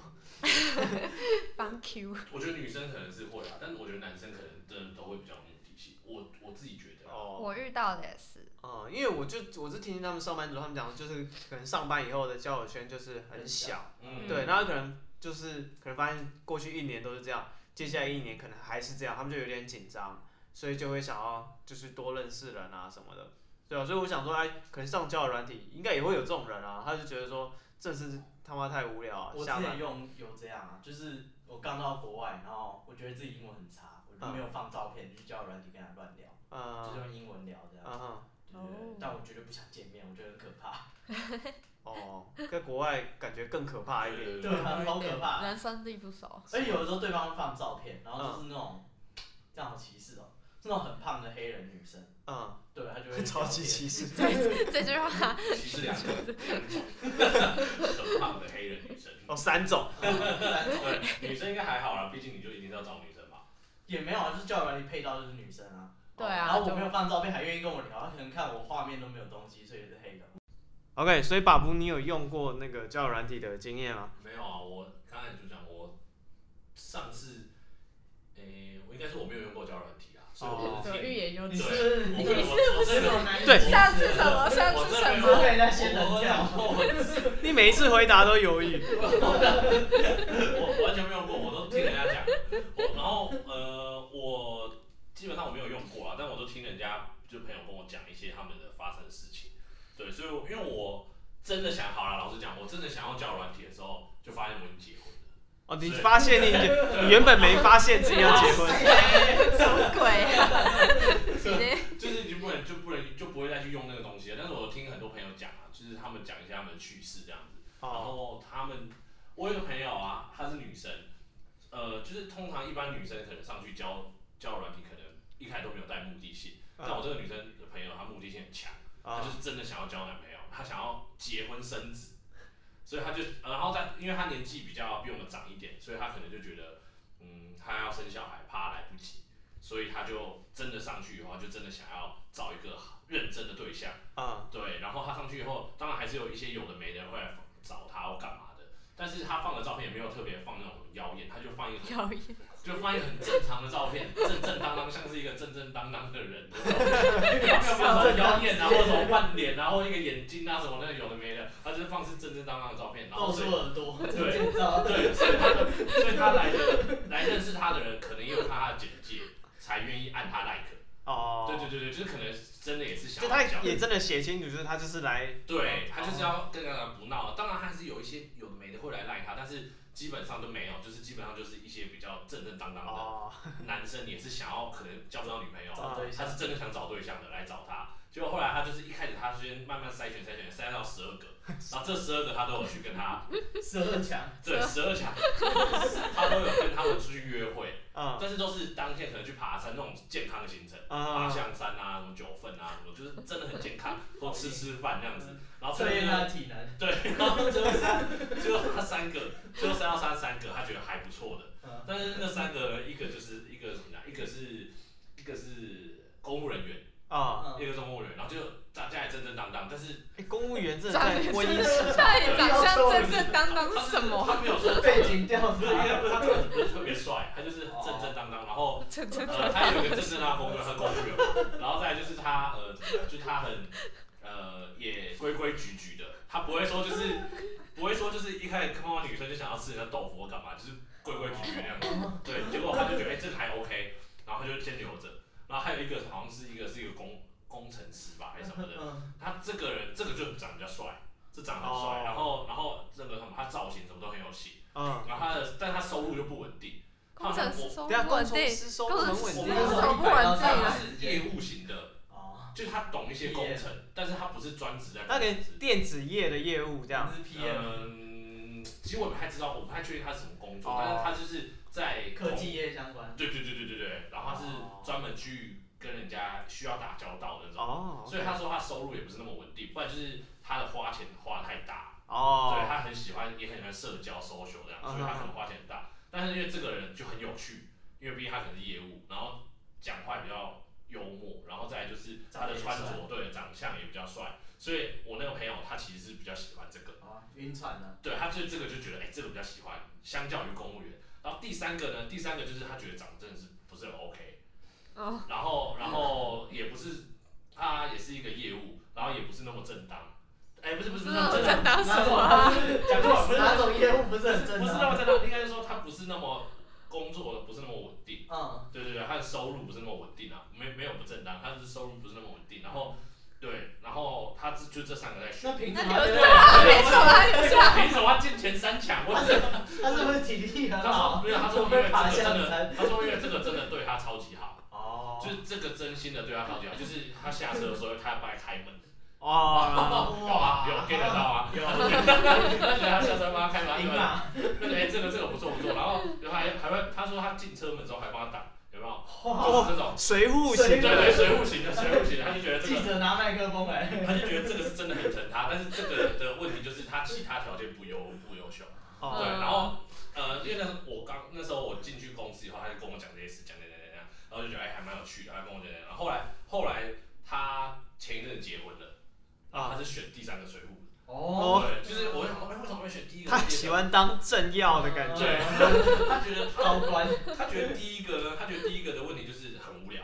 [SPEAKER 4] Thank you。
[SPEAKER 3] 我觉得女生可能是会啊，但是我觉得男生可能真的都会比较有目的性。我我自己觉得啊，
[SPEAKER 1] 哦，
[SPEAKER 4] 我遇到的也是，
[SPEAKER 1] 嗯，因为我就我是听他们上班族他们讲，就是可能上班以后的交友圈就是很
[SPEAKER 2] 很
[SPEAKER 1] 小
[SPEAKER 2] 小。
[SPEAKER 3] 嗯，
[SPEAKER 1] 对，然后可能就是可能发现过去一年都是这样，接下来一年可能还是这样，他们就有点紧张，所以就会想要就是多认识人啊什么的，对啊，所以我想说，哎，可能上交友软体应该也会有这种人啊，他就觉得说这是他妈太无聊啊，
[SPEAKER 2] 我之
[SPEAKER 1] 下
[SPEAKER 2] 前
[SPEAKER 1] 班
[SPEAKER 2] 用有这样啊，就是我刚到国外，然后我觉得自己英文很差，我就没有放照片，就去交友软体跟他乱聊，就是
[SPEAKER 1] 嗯
[SPEAKER 2] 用英文聊这
[SPEAKER 3] 啊
[SPEAKER 1] 嗯
[SPEAKER 2] 样。
[SPEAKER 1] 哼
[SPEAKER 2] 对对对
[SPEAKER 5] 哦
[SPEAKER 2] 但我绝对不想见面，我觉得很可怕。
[SPEAKER 1] 哦，在国外感觉更可怕一点，
[SPEAKER 3] 对
[SPEAKER 2] 对啊，超可怕。
[SPEAKER 4] 人生地不熟，
[SPEAKER 2] 而且有的时候对方放照片，然后就是那种，这样好歧视哦，是那种很胖的黑人女生，
[SPEAKER 1] 嗯，
[SPEAKER 2] 对，她就会
[SPEAKER 1] 超级
[SPEAKER 2] 聊天
[SPEAKER 1] 歧视，
[SPEAKER 4] 这这句话
[SPEAKER 3] 歧视两个两种很胖的黑人女生。
[SPEAKER 1] 哦，三种，
[SPEAKER 3] 对，女生应该还好啦，毕竟你就一定是要找女生嘛。
[SPEAKER 2] 也没有啊，就是交友软体配到就是女生啊。
[SPEAKER 4] 对
[SPEAKER 2] 然后
[SPEAKER 4] 啊，
[SPEAKER 2] 我
[SPEAKER 4] 就
[SPEAKER 2] 没有放照片，还愿意跟我聊，她可能看我画面都没有东西，所以是黑的。
[SPEAKER 1] OK，所以把布你有用过那个交友软体的经验吗？
[SPEAKER 3] 没有啊，我刚才就讲我上次，诶、我应该是我没有用过交友软体啊，所以我
[SPEAKER 5] 择
[SPEAKER 3] 是
[SPEAKER 5] 欲
[SPEAKER 3] 听。
[SPEAKER 5] 也有
[SPEAKER 2] 你
[SPEAKER 5] 点
[SPEAKER 2] 是不是
[SPEAKER 3] 对我
[SPEAKER 2] 你
[SPEAKER 3] 会
[SPEAKER 2] 是
[SPEAKER 3] 我
[SPEAKER 2] 不是
[SPEAKER 3] 真的
[SPEAKER 2] 有男
[SPEAKER 1] 对
[SPEAKER 4] 下次什么？下
[SPEAKER 3] 我
[SPEAKER 4] 次
[SPEAKER 3] 真的
[SPEAKER 4] 什
[SPEAKER 3] 没
[SPEAKER 2] 我
[SPEAKER 4] 么？
[SPEAKER 2] 被那些人跳。
[SPEAKER 3] 我我
[SPEAKER 1] 你每一次回答都犹豫，
[SPEAKER 3] 我我完全没有过，我都听人家讲。我然后呃，我基本上我没有用过啊，但我都听人家就朋友跟我讲一些他们的发生的事情。对，所以我因为我真的想好了，老实讲，我真的想要交友软体的时候，就发现我已经结婚了。
[SPEAKER 1] 哦，你
[SPEAKER 3] 是
[SPEAKER 1] 发现你你原本没发现自己要结婚，
[SPEAKER 4] 什么鬼啊？直接
[SPEAKER 3] 就是已经不能就不能就不会再去用那个东西了。但是我听很多朋友讲啊，就是他们讲一下他们的趣事这样子。然
[SPEAKER 1] 哦，
[SPEAKER 3] 后他们，我有一个朋友啊，她是女生，呃，就是通常一般女生可能上去交交友软体，可能一开始都没有带目的性。但我这个女生的朋友，她目的性很强，
[SPEAKER 1] 嗯
[SPEAKER 3] 她
[SPEAKER 1] 啊
[SPEAKER 3] 就是真的想要交男朋友，她想要结婚生子，所以她就，然后她因为她年纪比较比我们长一点，所以她可能就觉得，嗯，她要生小孩怕来不及，所以她就真的上去以后，她就真的想要找一个认真的对象。
[SPEAKER 1] 啊，
[SPEAKER 3] 对，然后他上去以后，当然还是有一些有的没的会来找他或干嘛的，但是他放的照片也没有特别放那种很妖艳，他就放一个
[SPEAKER 4] 有一
[SPEAKER 3] 就放一个很正常的照片，正正当当，像是一个正正当当的人，他没有放什么妖艳啊，或者什么半脸啊，或一个眼睛啊什么那有的没的，他就是放是正正当当的照片，然后
[SPEAKER 2] 露
[SPEAKER 3] 所以
[SPEAKER 2] 出耳朵，
[SPEAKER 3] 对
[SPEAKER 2] 这紧张。
[SPEAKER 3] 对，所以他的所以他来的来认识他的人，可能也有看他的简介，才愿意按他 like。
[SPEAKER 1] 哦，
[SPEAKER 3] 对对对对，就是可能真的也是想
[SPEAKER 1] 就
[SPEAKER 3] 要
[SPEAKER 1] 他
[SPEAKER 3] 交
[SPEAKER 1] 也真的写清楚，就是他就是来，
[SPEAKER 3] 对他就是要跟人家不闹，当然他还是有一些有的没的会来赖他，但是基本上都没有，就是基本上就是一些比较正正当当的
[SPEAKER 1] 哦，
[SPEAKER 3] 男生也是想要可能交不到女朋友，
[SPEAKER 2] 找对象
[SPEAKER 3] 他是真的想找对象的来找他，结果后来他就是一开始他先慢慢筛选筛选筛到十二个，然后这十二个他都有去跟他
[SPEAKER 2] 十二强，
[SPEAKER 3] 对十二强，他都有跟他们出去约会，
[SPEAKER 1] 嗯
[SPEAKER 3] 但是都是当天可能去爬山那种健康的行程。八
[SPEAKER 1] 嗯，
[SPEAKER 3] 象山啊，什么九份啊，什么就是真的很健康，或吃吃饭这样子，然后
[SPEAKER 2] 测
[SPEAKER 3] 最
[SPEAKER 2] 验
[SPEAKER 3] 后
[SPEAKER 2] 他
[SPEAKER 3] 呢
[SPEAKER 2] 的体能。
[SPEAKER 3] 对，然后最后三，最后他三个，最后三到三三个，他觉得还不错的，
[SPEAKER 2] 嗯
[SPEAKER 3] 但是那三个呢，一个就是一个什么呀，一个是一个是公务人员，
[SPEAKER 1] 啊，
[SPEAKER 2] 嗯
[SPEAKER 3] 一个是公务人员，然后就大家也正正当当，但是
[SPEAKER 1] 哎公务员真的
[SPEAKER 4] 长
[SPEAKER 1] 在
[SPEAKER 4] 得
[SPEAKER 1] 婚
[SPEAKER 4] 真
[SPEAKER 1] 姻
[SPEAKER 4] 的
[SPEAKER 1] 市场，
[SPEAKER 4] 到底长相正正当当是什么？
[SPEAKER 3] 他没有说
[SPEAKER 2] 背景调
[SPEAKER 3] 不是，因为
[SPEAKER 2] 查，
[SPEAKER 3] 他长得不是特别帅，他就是正正当当，然后
[SPEAKER 4] 正
[SPEAKER 3] 呃，
[SPEAKER 4] 正当
[SPEAKER 3] 他
[SPEAKER 4] 当
[SPEAKER 3] 有一个正正当当公务员，他公务员嘛，然后再来就是他呃，怎么讲就是他很呃也规规矩矩的，他不会说就是不会说就是一开始看到女生就想要吃人家豆腐或干嘛，就是规规矩矩那样子。对，结果他就觉得哎、这个还 OK，然后他就先留着。然后还有一个好像是一个是一个工工程师吧还是什么的，
[SPEAKER 2] 嗯，
[SPEAKER 3] 他这个人这个就长得比较帅，这长得很帅，
[SPEAKER 1] 哦
[SPEAKER 3] 然后然后这个什么他造型什么都很有型，
[SPEAKER 1] 嗯，
[SPEAKER 3] 然后他的但他收入就不稳定，他
[SPEAKER 4] 工
[SPEAKER 3] 好像
[SPEAKER 4] 程
[SPEAKER 3] 我
[SPEAKER 4] 师收
[SPEAKER 1] 等
[SPEAKER 4] 入
[SPEAKER 1] 一下
[SPEAKER 4] 稳
[SPEAKER 1] 工程
[SPEAKER 4] 定，
[SPEAKER 1] 师收入
[SPEAKER 4] 工程
[SPEAKER 1] 很
[SPEAKER 4] 师
[SPEAKER 1] 稳
[SPEAKER 4] 收
[SPEAKER 2] 我
[SPEAKER 1] 定
[SPEAKER 2] 们
[SPEAKER 4] 入
[SPEAKER 2] 那时候
[SPEAKER 4] 不稳定
[SPEAKER 3] 他
[SPEAKER 4] 啊
[SPEAKER 2] 100到。
[SPEAKER 3] 是业务型的。
[SPEAKER 2] 哦，
[SPEAKER 3] 就是他懂一些工程，但是他不是专职在
[SPEAKER 1] 那
[SPEAKER 3] 工
[SPEAKER 1] 连
[SPEAKER 3] 程师。
[SPEAKER 1] 电子业的业务这样，
[SPEAKER 2] 是 PM
[SPEAKER 3] 嗯，其实我不太知道，我不太确定他是什么工作，
[SPEAKER 1] 哦
[SPEAKER 3] 但是他就是在
[SPEAKER 2] 科技业相关
[SPEAKER 3] 工，。对对对对对对，然后他是专门去跟人家需要打交道的那种，
[SPEAKER 1] 哦，
[SPEAKER 3] 所以他说他收入也不是那么稳定，不然就是他的花钱花得太大，对
[SPEAKER 1] 哦，
[SPEAKER 3] 他很喜欢也很喜欢社交 social 这样，所以他可能花钱很大，但是因为这个人就很有趣，因为毕竟他可能是业务，然后讲话比较幽默，然后再来就是他的穿着，对长相也比较帅，所以我那个朋友他其实是比较喜欢这个，
[SPEAKER 2] 哦，晕船了。
[SPEAKER 3] 对他对这个就觉得哎、这个比较喜欢，相较于公务员。然后第三个呢，第三个就是他觉得长得真的是不是很 OK，
[SPEAKER 4] 哦，
[SPEAKER 3] 然后然后也不是他也是一个业务，然后也不是那么正当，哎、不是不是不是那么正当，
[SPEAKER 4] 正当什么啊？
[SPEAKER 3] 讲错了，不是
[SPEAKER 2] 哪种业务不是很
[SPEAKER 3] 不
[SPEAKER 2] 正
[SPEAKER 3] 是那
[SPEAKER 2] 常？
[SPEAKER 3] 么正当，应该是说他不是那么工作的不是那么稳定。
[SPEAKER 2] 嗯，
[SPEAKER 3] 对对对，他的收入不是那么稳定啊，没没有不正当，他的收入不是那么稳定。然后，对，然后他这就这三个在选
[SPEAKER 2] 那。凭什
[SPEAKER 4] 那
[SPEAKER 2] 么？
[SPEAKER 4] 留
[SPEAKER 2] 对
[SPEAKER 4] 下，
[SPEAKER 3] 对
[SPEAKER 4] 没错，啊他留下。
[SPEAKER 3] 凭什么要进前三强？我只
[SPEAKER 2] 他是不是体力很
[SPEAKER 3] 他说
[SPEAKER 2] 好？
[SPEAKER 3] 没有，他说
[SPEAKER 2] 准
[SPEAKER 3] 因
[SPEAKER 2] 备
[SPEAKER 3] 为这
[SPEAKER 2] 爬
[SPEAKER 3] 个真
[SPEAKER 2] 象
[SPEAKER 3] 的
[SPEAKER 2] 山，
[SPEAKER 3] 他说因为这个真的对他超级好，
[SPEAKER 2] 哦
[SPEAKER 3] 就是这个真心的对他超级好，就是他下车的时候他要帮他开门，
[SPEAKER 1] 哦，
[SPEAKER 3] 有啊，有 get 得到啊，
[SPEAKER 2] 有
[SPEAKER 3] 他就觉得他觉得他下车帮他开门，
[SPEAKER 2] 赢
[SPEAKER 3] 对吧？
[SPEAKER 2] 了，
[SPEAKER 3] 那 个哎，这个这个不错不错，然后还还会他说他进车门之后还帮他挡，有没有？
[SPEAKER 2] 哇！
[SPEAKER 3] 就是这 种。
[SPEAKER 1] 水户型
[SPEAKER 3] 对对，水户型的，水户型的，他就觉得这 个
[SPEAKER 2] 记者拿麦克风来，
[SPEAKER 3] 他就觉得这个是真的很疼他，但是这个的问题就是他其他条件不优不优秀，对，
[SPEAKER 1] 哦，
[SPEAKER 4] 嗯
[SPEAKER 3] 然后呃，因为那时候我刚那时候我进去公司以后，他就跟我讲这些事，讲讲讲讲讲，然后就觉得哎还蛮有趣的，他跟我讲讲，然后后来后来他前一阵子结婚了，然
[SPEAKER 1] 啊
[SPEAKER 3] 后他是选第三个水户，
[SPEAKER 2] 哦，
[SPEAKER 3] 对，就是我就想说哎为什么会选第一个？
[SPEAKER 1] 他喜欢当政要的感
[SPEAKER 3] 对
[SPEAKER 1] 觉，，
[SPEAKER 3] 他觉得
[SPEAKER 2] 高
[SPEAKER 3] 他
[SPEAKER 2] 官，
[SPEAKER 3] 他觉得第一个呢，他觉得第一个的问题就是很无 聊，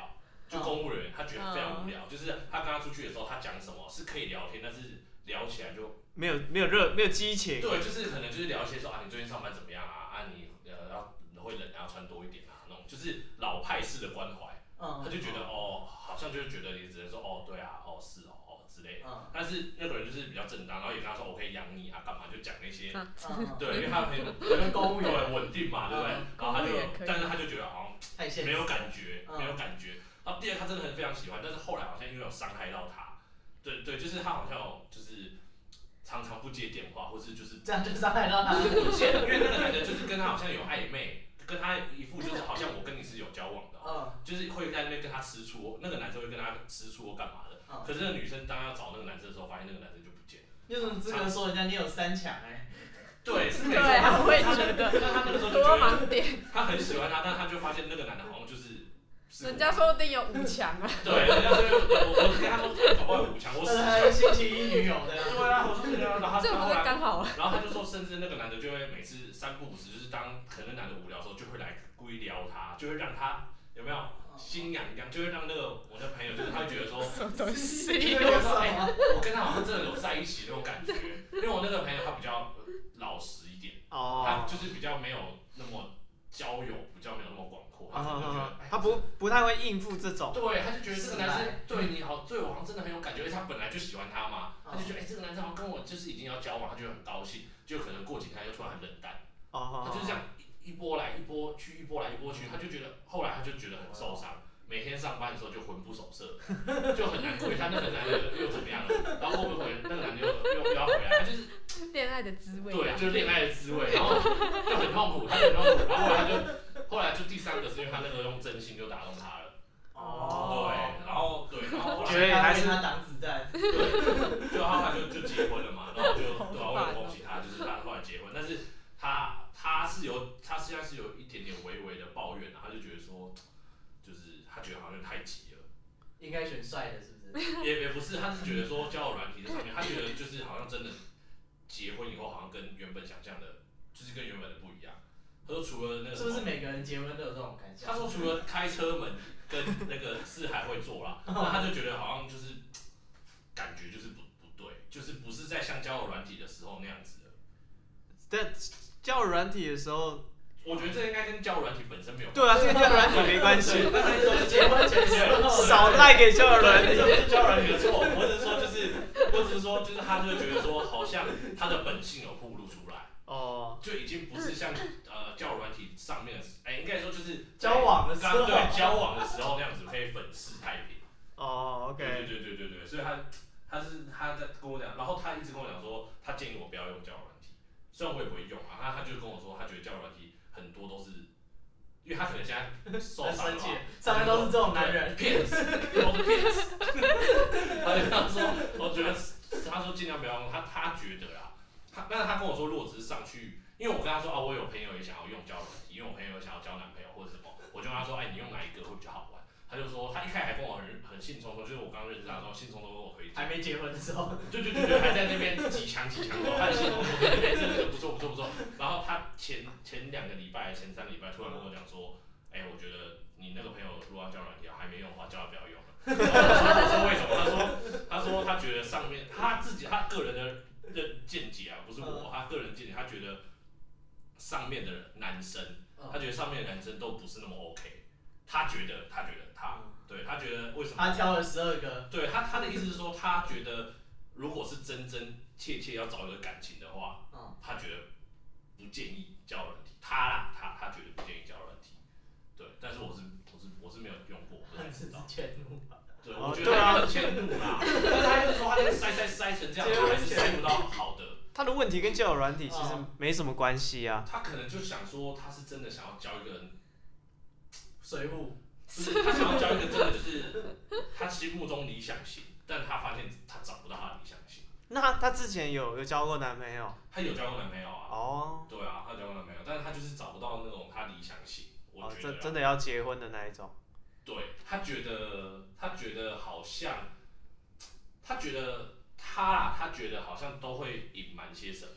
[SPEAKER 4] 嗯
[SPEAKER 3] 就公务人员，他觉得非常无聊，就是他跟他出去的时候，他讲什么是可以聊天，但是聊起来就。
[SPEAKER 1] 没有没有热没有激
[SPEAKER 4] 嗯
[SPEAKER 1] 情，
[SPEAKER 3] 对，就是可能就是聊一些说啊，你最近上班怎么样啊？啊，你呃要会冷啊，要穿多一点啊，那种就是老派式的关怀。他
[SPEAKER 2] 嗯
[SPEAKER 3] 就觉得哦，好像就是觉得你只能说哦，对啊，哦是哦哦之类的。
[SPEAKER 2] 嗯
[SPEAKER 3] 但是那个人就是比较正当，然后也跟他说我可以养你啊，干嘛就讲那些。
[SPEAKER 2] 嗯，
[SPEAKER 3] 对，因为他很
[SPEAKER 2] 跟公务员
[SPEAKER 3] 对稳定嘛，对不对？然后他
[SPEAKER 4] 嗯公务员
[SPEAKER 3] 就，
[SPEAKER 4] 可以
[SPEAKER 3] 但是他就觉得哦好
[SPEAKER 2] 太现
[SPEAKER 3] 像没
[SPEAKER 2] 实
[SPEAKER 3] 有，感觉，
[SPEAKER 2] 嗯
[SPEAKER 3] 没有感觉。然后第二，他真的很非常喜欢，但是后来好像因为有伤害到他，对对，就是他好像有就是常常不接电话，或是就是
[SPEAKER 2] 这样就伤害到他
[SPEAKER 3] 就。是不见，因为那个男的就是跟他好像有暧昧，跟他一副就是好像我跟你是有交往的哦，
[SPEAKER 2] 嗯
[SPEAKER 3] 就是会在那边跟他吃醋，那个男生会跟他吃醋或干嘛的。
[SPEAKER 2] 嗯，
[SPEAKER 3] 可是那个女生当要找那个男生的时候，发现那个男生就不见了。
[SPEAKER 2] 你有什么资格说人家你有三强？哎，
[SPEAKER 3] 对，是没错。
[SPEAKER 4] 对，他会
[SPEAKER 3] 但
[SPEAKER 4] 觉 得
[SPEAKER 3] 但他那个时候就觉
[SPEAKER 4] 多
[SPEAKER 3] 得
[SPEAKER 4] 盲点。
[SPEAKER 3] 他很喜欢他，但他就发现那个男的好像就是。是我
[SPEAKER 4] 人家说不定有五 强啊，
[SPEAKER 3] 对，人家说我我跟他说我搞不好有五强，我
[SPEAKER 2] 但
[SPEAKER 3] 死
[SPEAKER 2] 是
[SPEAKER 3] 强。
[SPEAKER 2] 他是星期一女友的呀。
[SPEAKER 3] 对啊，我说对啊，然后
[SPEAKER 4] 这
[SPEAKER 3] 他
[SPEAKER 4] 不
[SPEAKER 3] 后
[SPEAKER 4] 是
[SPEAKER 3] 来
[SPEAKER 4] 刚好啊？
[SPEAKER 3] 然后他就说，甚至那个男的就会每次三不五时，就是当可能男的无聊的时候，就会来故意撩他，就会让他有没有心痒痒，就会让那个我那朋友，就是他会觉得说，
[SPEAKER 4] 什么东
[SPEAKER 2] 这
[SPEAKER 4] 西
[SPEAKER 2] 个？有什么？
[SPEAKER 3] 我跟他好像真的有在一起那种感觉。因为我那个朋友他比较呃老实一点，他
[SPEAKER 1] 哦，
[SPEAKER 3] 就是比较没有那么交友，比较没有那么广阔，他可能就觉得
[SPEAKER 1] 啊，，
[SPEAKER 3] 哎
[SPEAKER 1] 他不不太会应付这种，
[SPEAKER 3] 对，他就觉得这个男生
[SPEAKER 2] 是
[SPEAKER 3] 对你好，对我好像真的很有感觉，因为他本来就喜欢他嘛，他就觉得哎、这个男生好像跟我就是已经要交往，他就很高兴，就可能过几天他就突然很冷淡。
[SPEAKER 1] 哦，
[SPEAKER 3] 他就是这样一一波来一波去，一波来一波去，他就觉得后来他就觉得很受伤，每天上班的时候就魂不守舍，就很难回他那个男的又怎么样了，然后会不会回那个男的又又又要回来，他就是
[SPEAKER 4] 恋爱的滋味
[SPEAKER 3] 对，
[SPEAKER 4] 啊。
[SPEAKER 3] 就是恋爱的滋味，然后就很痛苦，他就很痛苦，然后后来就后来就第三个是因为他那个用真心就打动他了，
[SPEAKER 2] 哦，
[SPEAKER 3] 对，然后对，然后后来
[SPEAKER 1] 觉得还是
[SPEAKER 2] 他挡子弹，
[SPEAKER 3] 对，就后来就就结婚了嘛，然后就
[SPEAKER 4] 好
[SPEAKER 3] 对啊，我
[SPEAKER 4] 烦
[SPEAKER 3] 也
[SPEAKER 4] 哦
[SPEAKER 3] 恭喜他，就是他后来结婚，但是他他是有他实际上是有一点点微微的抱怨啊，他就觉得说，就是他觉得好像太急了，
[SPEAKER 2] 应该选帅的，是不 是？
[SPEAKER 3] 也也不是，他是觉得说交友软体这上面，他觉得就是好像真的结婚以后好像跟原本想象的，就是跟原本的不一样。他说除了那个什
[SPEAKER 2] 是
[SPEAKER 3] 么
[SPEAKER 2] 不是每个人结婚都有这种感想？
[SPEAKER 3] 他说除了开车门跟那个是还会做啦，那他就觉得好像就是感觉就是不不对，就是不是在像交友软体的时候那样子的。
[SPEAKER 1] 但交友软体的时候，
[SPEAKER 3] 我觉得这应该跟交友软体本身没有
[SPEAKER 1] 对啊，这个交友软体没关系，
[SPEAKER 3] 但是
[SPEAKER 2] 就是结婚前时候
[SPEAKER 1] 少赖给交友软
[SPEAKER 3] 对，
[SPEAKER 1] 体
[SPEAKER 3] 这。不是交友软体的错，我只是说就是，我只是说就是他就觉得说好像他的本性有暴露出来，
[SPEAKER 1] 哦，
[SPEAKER 3] 就已经不是像呃交友软体上面的，哎、应该说就是
[SPEAKER 2] 交往的时
[SPEAKER 3] 刚
[SPEAKER 2] 候，
[SPEAKER 3] 对交往的时候那样子可以粉饰太平。
[SPEAKER 1] 哦
[SPEAKER 3] 对
[SPEAKER 1] ，OK，
[SPEAKER 3] 对对对对对，所以他他是他在跟我讲，然后他一直跟我讲说，他建议我不要用交友软体，虽然我也不会用啊，他他就跟我说，他觉得交友软体很多都是，因为他可能现在 受
[SPEAKER 2] 很
[SPEAKER 3] 伤了
[SPEAKER 2] 生
[SPEAKER 3] 嘛
[SPEAKER 2] 气，，上面都是这种男
[SPEAKER 3] 对
[SPEAKER 2] 人，
[SPEAKER 3] 骗子，都是骗子。 他就跟他说，我觉得他说尽量不要用，他他觉得啦，他但是他跟我说，如果只是上去，因为我跟他说啊，我有朋友也想要用交友软体，因为我朋友想要交男朋友或者什么，我就跟他说，哎，你用哪一个会比较好玩？他就说，他一开始还跟我很很兴冲冲，就是我刚认识他的时候，兴冲冲跟我推荐
[SPEAKER 2] 还，没结婚的时候，
[SPEAKER 3] 对对对对，还在那边几强几强，他的心头说对对对，这个不错不错不错。然后他前前两个礼拜、前三个礼拜突然跟我讲说，哎、我觉得你那个朋友如果要交软件还没用的话，叫他不要用了。 然后我说为什么？他说他说他觉得上面他自己他个人的认见解啊，不是我，他个人见解，他觉得上面的男生，
[SPEAKER 2] 嗯
[SPEAKER 3] 他觉得上面的男生都不是那么 OK，他觉得他觉得他对他觉得为什么？
[SPEAKER 2] 他挑了十二个，
[SPEAKER 3] 对他他的意思是说，他觉得如果是真真切切要找一个感情的话，
[SPEAKER 2] 嗯
[SPEAKER 3] 他觉得不建议交友软体。他啦，他他觉得不建议交友软体。对，但是我是我是我是没有用过，我不太
[SPEAKER 2] 很
[SPEAKER 3] 知
[SPEAKER 2] 是
[SPEAKER 3] 道。
[SPEAKER 2] 全部。
[SPEAKER 3] 对，
[SPEAKER 1] 哦
[SPEAKER 3] 我觉
[SPEAKER 1] 对
[SPEAKER 3] 得
[SPEAKER 1] 啊
[SPEAKER 3] 他是迁怒 啦，但是他就是说他就是塞塞塞成这样，
[SPEAKER 2] 结婚
[SPEAKER 3] 他还是
[SPEAKER 2] 前
[SPEAKER 3] 塞不到好的。
[SPEAKER 1] 他的问题跟交友软体其实
[SPEAKER 2] 哦
[SPEAKER 1] 没什么关系啊。
[SPEAKER 3] 他可能就想说，他是真的想要交一个人，
[SPEAKER 2] 水浒
[SPEAKER 3] 不是他想要交一个真的就是他心目中理想型，但他发现他找不到他的理想型。
[SPEAKER 1] 那他他之前有有交过男朋友
[SPEAKER 3] 他有交过男朋友啊，
[SPEAKER 1] 哦，
[SPEAKER 3] 对啊，他交过男朋友，但是他就是找不到那种他理想型，我
[SPEAKER 1] 哦，
[SPEAKER 3] 觉得、
[SPEAKER 1] 真真的要结婚的那一种
[SPEAKER 3] 对他觉得他觉得好像，他觉得他啦，他觉得好像都会隐瞒些什么，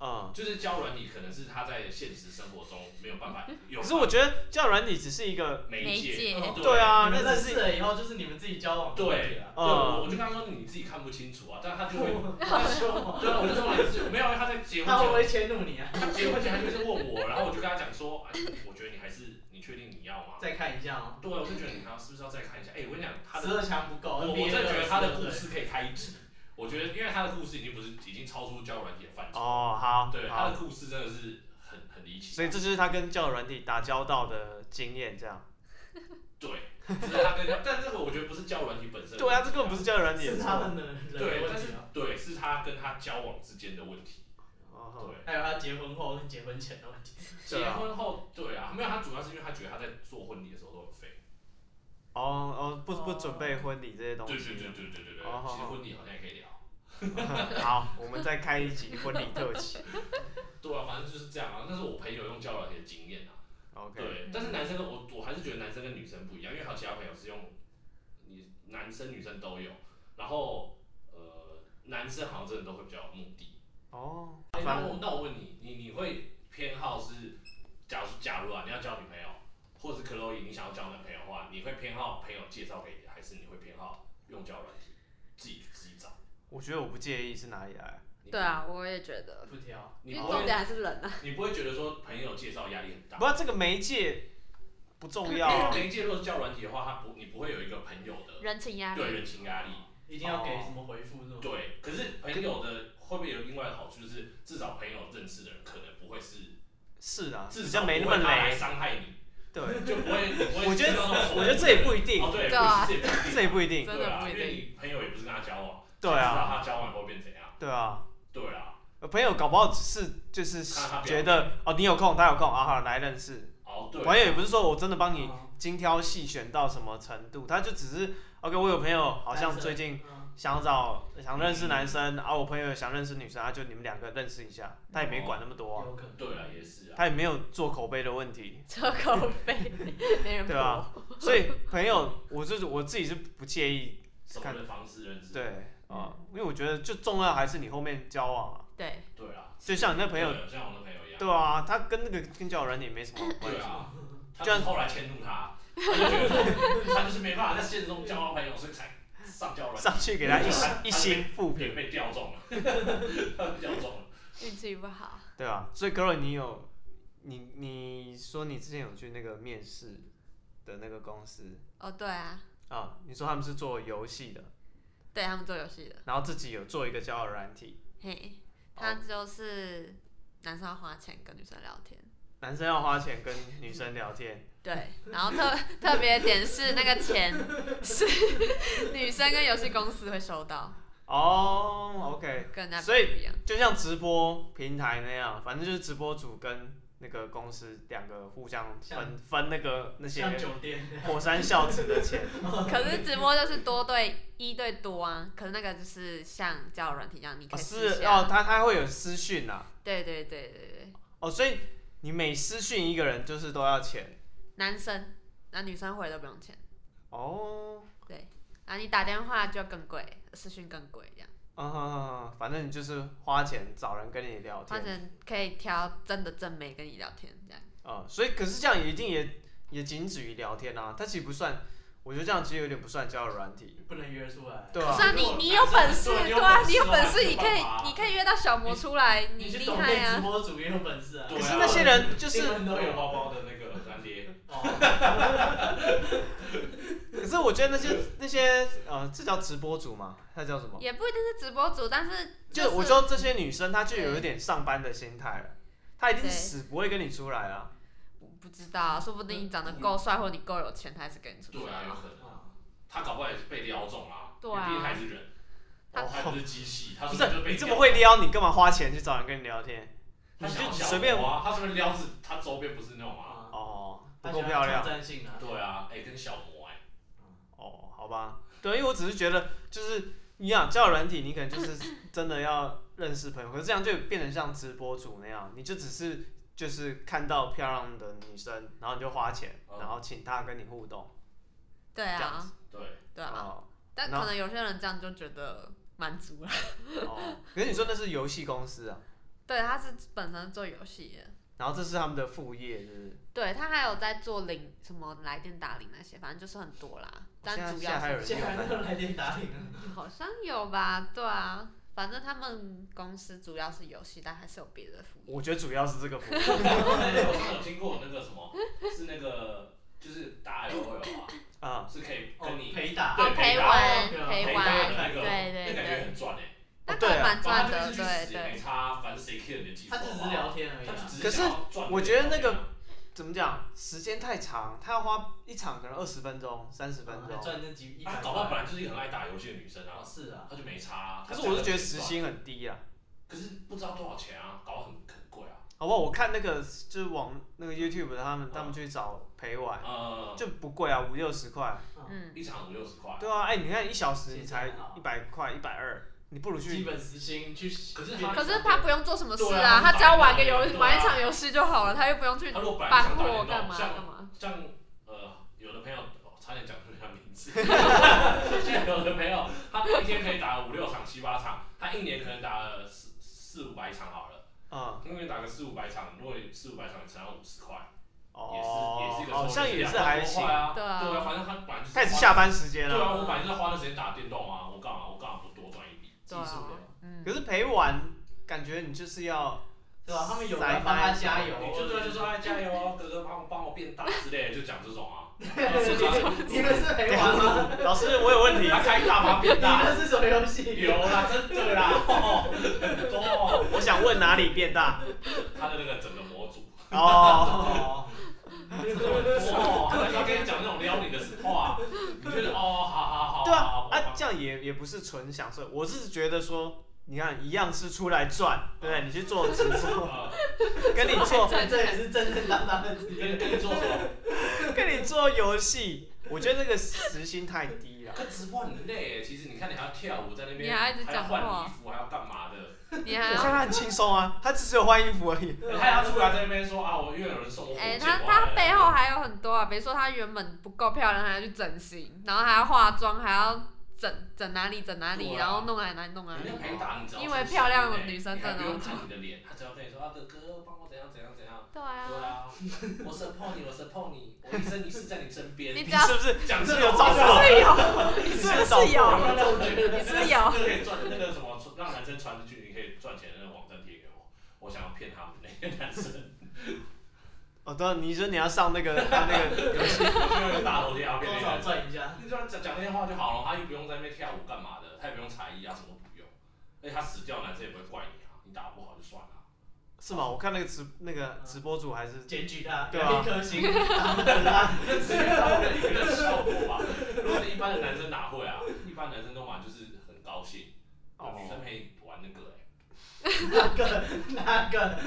[SPEAKER 1] 嗯。
[SPEAKER 3] 就是交软体可能是他在现实生活中没有办法有
[SPEAKER 1] 可是我觉得交友软体只是一个，
[SPEAKER 3] 媒
[SPEAKER 5] 媒介
[SPEAKER 3] 对
[SPEAKER 1] 对啊，嗯
[SPEAKER 2] 你们
[SPEAKER 1] 那
[SPEAKER 2] 认
[SPEAKER 1] 只是
[SPEAKER 2] 识了以后就是你们自己交往的问题
[SPEAKER 3] 对
[SPEAKER 2] 了。
[SPEAKER 3] 对，我我就跟他说你自己看不清楚啊，但他就 会， 对啊，我就说你是没有，他在结婚
[SPEAKER 2] 他会不
[SPEAKER 3] 前。
[SPEAKER 2] 会迁怒你啊？
[SPEAKER 3] 他结婚前他就是问我，然后我就跟他讲说，哎，我觉得你还是你确定你要吗？
[SPEAKER 2] 再看一下哦，
[SPEAKER 3] 对，啊我就觉得你还要是不是要再看一下？哎、我跟你讲，他
[SPEAKER 2] 十
[SPEAKER 3] 的
[SPEAKER 2] 二强不够。
[SPEAKER 3] 我我
[SPEAKER 2] NBA
[SPEAKER 3] 真的觉得他的
[SPEAKER 2] 都有12
[SPEAKER 3] 故事可以开一集。我觉得，因为他的故事已经不是已经超出交友软体的范畴，
[SPEAKER 1] 哦，好，
[SPEAKER 3] 对他
[SPEAKER 1] 好
[SPEAKER 3] 的，故事真的是很很离奇。
[SPEAKER 1] 所以这就是他跟交友软体打交道的经验，这样。
[SPEAKER 3] 对，只是他跟 他，但这个我觉得不是交友软体本身。
[SPEAKER 1] 对啊，这根本不
[SPEAKER 3] 是。
[SPEAKER 1] 是交友软体
[SPEAKER 2] 是
[SPEAKER 1] 的
[SPEAKER 2] 他
[SPEAKER 1] 错。
[SPEAKER 2] 们的人的
[SPEAKER 3] 对，但
[SPEAKER 2] 问
[SPEAKER 3] 是
[SPEAKER 2] 题啊。
[SPEAKER 3] 对是他跟他交往之间的问题。
[SPEAKER 1] 哦，
[SPEAKER 3] 对，
[SPEAKER 2] 还有他结婚后跟结婚前的问题。
[SPEAKER 1] 对
[SPEAKER 3] 结
[SPEAKER 1] 啊
[SPEAKER 3] 婚后对啊，没有他主要是因为他觉得他在做婚礼的时候都很废。
[SPEAKER 1] 哦哦，不不准备婚礼这些东
[SPEAKER 3] 对对对
[SPEAKER 1] 西。
[SPEAKER 3] 对对对对，
[SPEAKER 1] 哦
[SPEAKER 3] 其实婚礼好像也可以聊。
[SPEAKER 1] 好，我们再开一 集婚礼特辑。
[SPEAKER 3] 对啊，反正就是这样啊。那是我朋友用交友软体的经验啊。
[SPEAKER 1] OK，
[SPEAKER 3] 对，但是男生跟我我还是觉得男生跟女生不一样，因为还有其他朋友是用，你男生女生都有，然后呃男生好像真的都会比较有目的。
[SPEAKER 1] 哦，
[SPEAKER 3] 哎
[SPEAKER 1] 反
[SPEAKER 3] 那我那我问你，你你会偏好是，假如假如啊你要交女朋友，或是 Chloe 你想要交男朋友的话，你会偏好朋友介绍给你，还是你会偏好用交友软体自己自己找？
[SPEAKER 1] 我觉得我不介意是哪里来。
[SPEAKER 3] 你
[SPEAKER 4] 对，啊，我也觉得，
[SPEAKER 2] 不挑，
[SPEAKER 3] 你
[SPEAKER 4] 因为
[SPEAKER 3] 不
[SPEAKER 4] 重
[SPEAKER 3] 会
[SPEAKER 4] 点还是人啊。
[SPEAKER 3] 你不会觉得说朋友介绍压力很大
[SPEAKER 1] 不？过这个媒介不重要
[SPEAKER 3] 因为
[SPEAKER 1] 啊。
[SPEAKER 3] 媒介如果是交友软体的话，他不你不会有一个朋友的
[SPEAKER 5] 人情压力，
[SPEAKER 3] 对人情压力。
[SPEAKER 2] 一定要给什么回复是吗？
[SPEAKER 1] 哦
[SPEAKER 3] 对，可是朋友的会不会有另外的好处，就是至少朋友认识的人可能不会是，
[SPEAKER 1] 是啊，
[SPEAKER 3] 至
[SPEAKER 1] 比
[SPEAKER 3] 少
[SPEAKER 1] 较没那
[SPEAKER 3] 不
[SPEAKER 1] 么
[SPEAKER 3] 会他来
[SPEAKER 1] 雷。
[SPEAKER 3] 伤害你。
[SPEAKER 1] 对，
[SPEAKER 3] 就不 会，不会
[SPEAKER 1] 我觉得
[SPEAKER 3] 知道那种
[SPEAKER 1] 我觉得这也不一定
[SPEAKER 3] 哦，对，
[SPEAKER 4] 对啊
[SPEAKER 3] 不 是
[SPEAKER 1] 这也不一定，
[SPEAKER 4] 真
[SPEAKER 3] 对
[SPEAKER 4] 的
[SPEAKER 3] 啊，
[SPEAKER 4] 不一
[SPEAKER 3] 因
[SPEAKER 4] 定
[SPEAKER 3] 为你朋友也不是跟他交往，
[SPEAKER 1] 对
[SPEAKER 3] 谁知道
[SPEAKER 1] 啊，
[SPEAKER 3] 他交往以后变怎样？
[SPEAKER 1] 对啊，
[SPEAKER 3] 对啊，
[SPEAKER 1] 呃朋友搞不好只是就是
[SPEAKER 3] 看他表
[SPEAKER 1] 觉得哦你有空他有空啊好来认识，
[SPEAKER 3] 哦对，
[SPEAKER 1] 网友也不是说我真的帮你
[SPEAKER 2] 哦
[SPEAKER 1] 精挑细选到什么程度，他就只是 OK 我有朋友好像最近
[SPEAKER 2] 嗯
[SPEAKER 1] 想找想认识男生啊，我朋友想认识女生啊，就你们两个认识一下，他也没管那么多啊、
[SPEAKER 2] 有可能
[SPEAKER 3] 对啊，也是啊，
[SPEAKER 1] 他也没有做口碑的问题，
[SPEAKER 4] 车口费， 没人
[SPEAKER 1] 对啊，所以朋友我就是我自己是不介意
[SPEAKER 3] 什么的方式认识？
[SPEAKER 1] 对啊、因为我觉得就重要还是你后面交往啊，
[SPEAKER 4] 对，
[SPEAKER 3] 对啊，
[SPEAKER 1] 就像你那朋友，
[SPEAKER 3] 对像我那朋友一样，
[SPEAKER 1] 对啊，他跟那个跟交友软体没什 么关
[SPEAKER 3] 对
[SPEAKER 1] 系，
[SPEAKER 3] 啊，他
[SPEAKER 1] 就像
[SPEAKER 3] 就是后来迁怒他，他就觉得说他就是没办法在现实中交到朋友，所以才上交软件
[SPEAKER 1] 上去给他一星一星负
[SPEAKER 3] 被
[SPEAKER 1] 评，
[SPEAKER 3] 被吊中了， 他被吊中了。
[SPEAKER 4] 运气不好。
[SPEAKER 1] 对啊，所以 girl 你有你你说你之前有去那个面试的那个公司
[SPEAKER 4] 哦，对啊，
[SPEAKER 1] 啊，你说他们是做游戏的，
[SPEAKER 4] 对他们做游戏的，
[SPEAKER 1] 然后自己有做一个交友软体，哦
[SPEAKER 4] 嘿，他
[SPEAKER 3] 哦
[SPEAKER 4] 就是男生要花钱跟女生聊天。
[SPEAKER 1] 男生要花钱跟女生聊天，
[SPEAKER 4] 对，然后特特别点是那个钱是女生跟游戏公司会收到，
[SPEAKER 1] 哦，OK，
[SPEAKER 4] 跟人家
[SPEAKER 1] 所以
[SPEAKER 4] 不一样。
[SPEAKER 1] 就像直播平台那样，反正就是直播主跟那个公司两个互相分
[SPEAKER 2] 像
[SPEAKER 1] 分那个那
[SPEAKER 2] 像
[SPEAKER 1] 些
[SPEAKER 2] 酒店，
[SPEAKER 1] 火山孝子的钱，
[SPEAKER 4] 可是直播就是多对一对多啊，可是那个就是像交友软体一样，你 可
[SPEAKER 1] 哦
[SPEAKER 4] 以私
[SPEAKER 1] 是
[SPEAKER 4] 下
[SPEAKER 1] 哦，他他会有私讯啊，
[SPEAKER 4] 对对对对对，
[SPEAKER 1] 哦，所以你每私讯一个人就是都要钱
[SPEAKER 4] 男生那女生回都不用钱，
[SPEAKER 1] 哦，
[SPEAKER 4] 然后你打电话就更贵，私讯更贵这样。
[SPEAKER 1] 啊、嗯，反正你就是花钱找人跟你聊
[SPEAKER 4] 换
[SPEAKER 1] 天，
[SPEAKER 4] 成可以挑真的正妹跟你聊天这样。
[SPEAKER 1] 啊、所以可是这样一定也也仅止于聊天啊，它其实不算，我觉得这样其实有点不算交友软体，
[SPEAKER 2] 不能约出来。
[SPEAKER 1] 对
[SPEAKER 4] 不
[SPEAKER 1] 啊
[SPEAKER 4] 是啊，你你有本事，
[SPEAKER 3] 对
[SPEAKER 4] 对啊，你有本事，
[SPEAKER 3] 有
[SPEAKER 4] 你
[SPEAKER 3] 办
[SPEAKER 4] 可以
[SPEAKER 3] 法啊
[SPEAKER 4] 你可以约到小魔出来，
[SPEAKER 2] 你去
[SPEAKER 4] 厉
[SPEAKER 2] 懂
[SPEAKER 4] 害
[SPEAKER 2] 内直
[SPEAKER 4] 啊！
[SPEAKER 2] 播主也有本事啊。
[SPEAKER 3] 对
[SPEAKER 1] 可
[SPEAKER 3] 啊
[SPEAKER 1] 是那些人就
[SPEAKER 2] 新
[SPEAKER 1] 是，
[SPEAKER 2] 闻
[SPEAKER 3] 都
[SPEAKER 2] 都
[SPEAKER 3] 有
[SPEAKER 2] 有。
[SPEAKER 3] 包包的那个干爹，
[SPEAKER 2] 哦，
[SPEAKER 1] 可是我觉得那些那些呃，这叫直播主嘛，那叫什么？
[SPEAKER 4] 也不一定是直播主，但是
[SPEAKER 1] 就是我说这些女生，她就有一点上班的心态了，她一定
[SPEAKER 4] 对
[SPEAKER 1] 死不会跟你出来啊。
[SPEAKER 4] 我不知道，说不定你长得够帅或者你够有钱，他还是跟你出去
[SPEAKER 3] 对啊，有可能
[SPEAKER 2] 哦
[SPEAKER 3] 啊，他搞不好也是被撩中啊，
[SPEAKER 4] 对啊
[SPEAKER 3] 毕竟还是人，
[SPEAKER 1] 他
[SPEAKER 3] 他不是机器，他
[SPEAKER 1] 不
[SPEAKER 3] 就是被
[SPEAKER 1] 你
[SPEAKER 3] 撩
[SPEAKER 1] 这么会，撩，你干嘛花钱去找人跟你聊天？
[SPEAKER 3] 他
[SPEAKER 1] 你
[SPEAKER 3] 想
[SPEAKER 1] 就
[SPEAKER 3] 要
[SPEAKER 1] 随便
[SPEAKER 3] 小头啊，他随便撩是他周边不是那种啊，
[SPEAKER 2] 哦
[SPEAKER 1] 哦，不
[SPEAKER 2] 他
[SPEAKER 1] 够
[SPEAKER 2] 喜欢
[SPEAKER 1] 漂
[SPEAKER 2] 挑
[SPEAKER 1] 亮
[SPEAKER 2] 战性啊，
[SPEAKER 3] 对啊，哎，跟小魔哎，
[SPEAKER 1] 哦，好吧，对，因为我只是觉得就是一样，交友软体你可能就是真的要认识朋友，可是这样就变成像直播主那样，你就只是就是看到漂亮的女生，然后你就花钱，
[SPEAKER 3] 嗯
[SPEAKER 1] 然后请她跟你互动，
[SPEAKER 4] 对
[SPEAKER 1] 这样
[SPEAKER 4] 啊
[SPEAKER 1] 子，
[SPEAKER 3] 对，
[SPEAKER 4] 对啊，
[SPEAKER 1] 哦
[SPEAKER 4] 但
[SPEAKER 1] 那
[SPEAKER 4] 可能有些人这样就觉得满足了。
[SPEAKER 1] 哦，可是你说那是游戏公司啊，
[SPEAKER 4] 对，他是本身做游戏的，
[SPEAKER 1] 然后这是他们的副业，是不是？
[SPEAKER 4] 对他还有在做零什么来电打铃那些，反正就是很多啦。但
[SPEAKER 1] 哦现在
[SPEAKER 4] 主
[SPEAKER 1] 现在
[SPEAKER 4] 要
[SPEAKER 1] 还有
[SPEAKER 4] 是
[SPEAKER 1] 人
[SPEAKER 2] 现在那个来电打铃啊，
[SPEAKER 4] 好像有吧？对啊，反正他们公司主要是游戏，但还是有别的服务。
[SPEAKER 1] 我觉得主要是这个服务。
[SPEAKER 3] 我是有听过那个什么，是那个就是打 L O L
[SPEAKER 1] 啊、
[SPEAKER 3] 啊，是可以
[SPEAKER 2] 哦
[SPEAKER 3] 跟你
[SPEAKER 2] 陪打，
[SPEAKER 3] 对
[SPEAKER 4] 哦，陪
[SPEAKER 3] 陪
[SPEAKER 4] 玩
[SPEAKER 3] 玩
[SPEAKER 4] 陪
[SPEAKER 3] 陪
[SPEAKER 4] 玩
[SPEAKER 3] 打的，那个，
[SPEAKER 4] 对
[SPEAKER 3] 那感觉
[SPEAKER 4] 对对，
[SPEAKER 3] 很赚哎，
[SPEAKER 4] 那
[SPEAKER 1] 哦
[SPEAKER 4] 个
[SPEAKER 1] 对啊
[SPEAKER 3] 反
[SPEAKER 4] 蛮
[SPEAKER 3] 正
[SPEAKER 4] 赚
[SPEAKER 3] 他就
[SPEAKER 4] 的，
[SPEAKER 3] 是去嗯死
[SPEAKER 4] 对
[SPEAKER 3] 也没
[SPEAKER 4] 对。
[SPEAKER 3] 差，反正谁 care 你的技术
[SPEAKER 2] 他
[SPEAKER 3] 好
[SPEAKER 2] 只
[SPEAKER 3] 不
[SPEAKER 2] 是
[SPEAKER 3] 好，
[SPEAKER 2] 聊天而已
[SPEAKER 3] 他就
[SPEAKER 2] 啊。
[SPEAKER 3] 只
[SPEAKER 1] 可是
[SPEAKER 3] 想要赚你的
[SPEAKER 1] 我觉得那个
[SPEAKER 3] 流量
[SPEAKER 1] 怎么讲？时间太长，他要花一场可能二十分钟、三十分
[SPEAKER 2] 还
[SPEAKER 1] 钟。
[SPEAKER 2] 赚哦那几一
[SPEAKER 3] 她
[SPEAKER 2] 百
[SPEAKER 3] 啊搞不好
[SPEAKER 2] 块。
[SPEAKER 3] 本来就是一个很爱打游戏的女生
[SPEAKER 2] 哦，
[SPEAKER 3] 啊，
[SPEAKER 2] 是啊，
[SPEAKER 3] 她就没差啊。
[SPEAKER 1] 可是我是觉得时
[SPEAKER 3] 实，
[SPEAKER 1] 薪很低啊，
[SPEAKER 3] 可是不知道多少钱啊，搞得很很贵啊。
[SPEAKER 1] 好不好？我看那个就是网那个 YouTube 他们他们
[SPEAKER 3] 嗯
[SPEAKER 1] 去找陪玩，
[SPEAKER 3] 呃，
[SPEAKER 1] 就不贵啊，五六十块。
[SPEAKER 4] 嗯，
[SPEAKER 3] 一场五六十块，
[SPEAKER 1] 对啊，哎、你看一小时你
[SPEAKER 2] 现在
[SPEAKER 1] 才
[SPEAKER 2] 还好
[SPEAKER 1] 一百块、一百二，你不如
[SPEAKER 2] 基
[SPEAKER 1] 去
[SPEAKER 2] 本时薪去。
[SPEAKER 3] 可是
[SPEAKER 4] 可是他不用做什么事
[SPEAKER 3] 对啊
[SPEAKER 4] 他只要玩个游
[SPEAKER 3] 对啊
[SPEAKER 4] 玩一场游戏就好了，他又不用去
[SPEAKER 3] 她如果本来
[SPEAKER 4] 搬
[SPEAKER 3] 想打
[SPEAKER 4] 货
[SPEAKER 3] 电
[SPEAKER 4] 干
[SPEAKER 3] 动，
[SPEAKER 4] 嘛
[SPEAKER 3] 像
[SPEAKER 4] 干嘛。
[SPEAKER 3] 像呃，有的朋友哦差点讲出他名 字，像有的朋友他一天可以打五六场、七八场，他一年可能打了四四五百场好了，
[SPEAKER 1] 啊、
[SPEAKER 3] 因为打个四五百场，如果你四五百场，你乘上五十块，也是
[SPEAKER 1] 哦
[SPEAKER 3] 也是一，个收入，
[SPEAKER 1] 好像也是还行
[SPEAKER 3] 200多。块啊，
[SPEAKER 4] 对
[SPEAKER 3] 对
[SPEAKER 4] 啊
[SPEAKER 3] 啊，反正他本来就是
[SPEAKER 1] 开始
[SPEAKER 3] 花
[SPEAKER 1] 下班时间
[SPEAKER 3] 对
[SPEAKER 1] 了，
[SPEAKER 3] 啊，我本来就是花那时间打电动啊，我干嘛我干嘛不多赚一笔？
[SPEAKER 2] 技
[SPEAKER 4] 对
[SPEAKER 2] 术
[SPEAKER 4] 啊
[SPEAKER 2] 流，，
[SPEAKER 4] 嗯
[SPEAKER 1] 可，是陪玩感觉你就是要
[SPEAKER 2] 对啊吧？他们有
[SPEAKER 1] 塞
[SPEAKER 2] 人帮他
[SPEAKER 1] 班
[SPEAKER 2] 加油，
[SPEAKER 3] 你就对，就说哎加油哦，哥哥帮我帮我变大之类的，就讲这种啊。
[SPEAKER 2] 你们 是陪玩吗？
[SPEAKER 1] 老师，我有问题。
[SPEAKER 3] 他开大麻变
[SPEAKER 2] 你
[SPEAKER 3] 大，
[SPEAKER 2] 们是什么游戏？
[SPEAKER 3] 有啦，真的啦，哦很多哦。
[SPEAKER 1] 我想问哪里变大？ 啊
[SPEAKER 3] 他的那个整个模组，
[SPEAKER 1] 哦，
[SPEAKER 2] 哦，
[SPEAKER 3] 这种很多哦，他跟你讲那种撩你的话，你觉得哦，好好好，
[SPEAKER 1] 对啊，
[SPEAKER 3] 好我
[SPEAKER 1] 啊，这样也也不是纯享受，我是觉得说，你看一样是出来赚，对不对？你去做直播，
[SPEAKER 3] 啊，
[SPEAKER 1] 跟你做
[SPEAKER 2] 这这也是正正当当的职
[SPEAKER 3] 你
[SPEAKER 2] 业
[SPEAKER 3] 跟。跟你做什么？
[SPEAKER 1] 跟你做游戏，我觉得这个时薪太低了。
[SPEAKER 3] 可直播很累耶，其实你看你还要跳舞在那边，
[SPEAKER 4] 你还要一直
[SPEAKER 3] 还要
[SPEAKER 4] 讲
[SPEAKER 3] 换
[SPEAKER 4] 话
[SPEAKER 3] 衣服，还要干嘛的？
[SPEAKER 4] 你
[SPEAKER 1] 我
[SPEAKER 4] 还
[SPEAKER 1] 看
[SPEAKER 4] 要。
[SPEAKER 1] 他很轻松啊，他只是有换衣服而已。
[SPEAKER 3] 他还要出来在那边说啊，我因为有人送我火
[SPEAKER 4] 哎、
[SPEAKER 3] 箭，
[SPEAKER 4] 他
[SPEAKER 3] 我
[SPEAKER 4] 他
[SPEAKER 3] 还
[SPEAKER 4] 背后还有很多啊，比如说他原本不够漂亮，还要去整形，然后还要化妆，还要整整哪里整哪里，
[SPEAKER 3] 对啊
[SPEAKER 4] 然后弄来哪里弄哪
[SPEAKER 3] 人
[SPEAKER 4] 里
[SPEAKER 3] 家。陪打你知道吗，
[SPEAKER 4] 因为漂亮的女生
[SPEAKER 3] 你还不
[SPEAKER 4] 真的
[SPEAKER 3] 用看你的脸，她只要跟你说啊，哥哥，帮我怎样怎样怎样。
[SPEAKER 4] 对
[SPEAKER 3] 对
[SPEAKER 4] 啊，
[SPEAKER 3] 啊，我 support 你，我 support 你，我一生一世在你身边。
[SPEAKER 4] 你
[SPEAKER 1] 你
[SPEAKER 4] 只要
[SPEAKER 1] 是不是
[SPEAKER 3] 讲
[SPEAKER 1] 是
[SPEAKER 3] 这
[SPEAKER 1] 不是
[SPEAKER 3] 个
[SPEAKER 1] 有
[SPEAKER 3] 我
[SPEAKER 1] 照
[SPEAKER 3] 知道
[SPEAKER 1] 顾？
[SPEAKER 4] 你
[SPEAKER 1] 你
[SPEAKER 4] 是
[SPEAKER 1] 是
[SPEAKER 4] 啊不
[SPEAKER 1] 找
[SPEAKER 4] 是
[SPEAKER 1] 有
[SPEAKER 4] 有？
[SPEAKER 3] 让我觉得
[SPEAKER 4] 你是有
[SPEAKER 3] 这个可以赚那个什么，让男生传出去，你可以赚钱的那个网站贴给我，我想要骗他们那些男生，
[SPEAKER 1] 哦，对啊，你说你要上那个他那个游戏，
[SPEAKER 3] 我就用大头贴要骗
[SPEAKER 2] 多
[SPEAKER 3] 那些
[SPEAKER 2] 少
[SPEAKER 3] 男生。
[SPEAKER 2] 赚一下，
[SPEAKER 3] 你就讲讲那些话就好了，他又不用在那边跳舞干嘛的，他也不用才艺啊，什么都不用。而且他死掉，男生也不会怪你啊，你打不好就算了。
[SPEAKER 1] 是吗？我看那个直那个直播主还是
[SPEAKER 2] 检举他，
[SPEAKER 1] 对啊
[SPEAKER 2] 一颗星，打得很烂
[SPEAKER 3] 那只是他们一个效果吧。如果是一般的男生哪会啊？一般男生都嘛就是很高兴，
[SPEAKER 1] 哦
[SPEAKER 3] 女生陪你玩那个欸
[SPEAKER 2] 哪个哪个？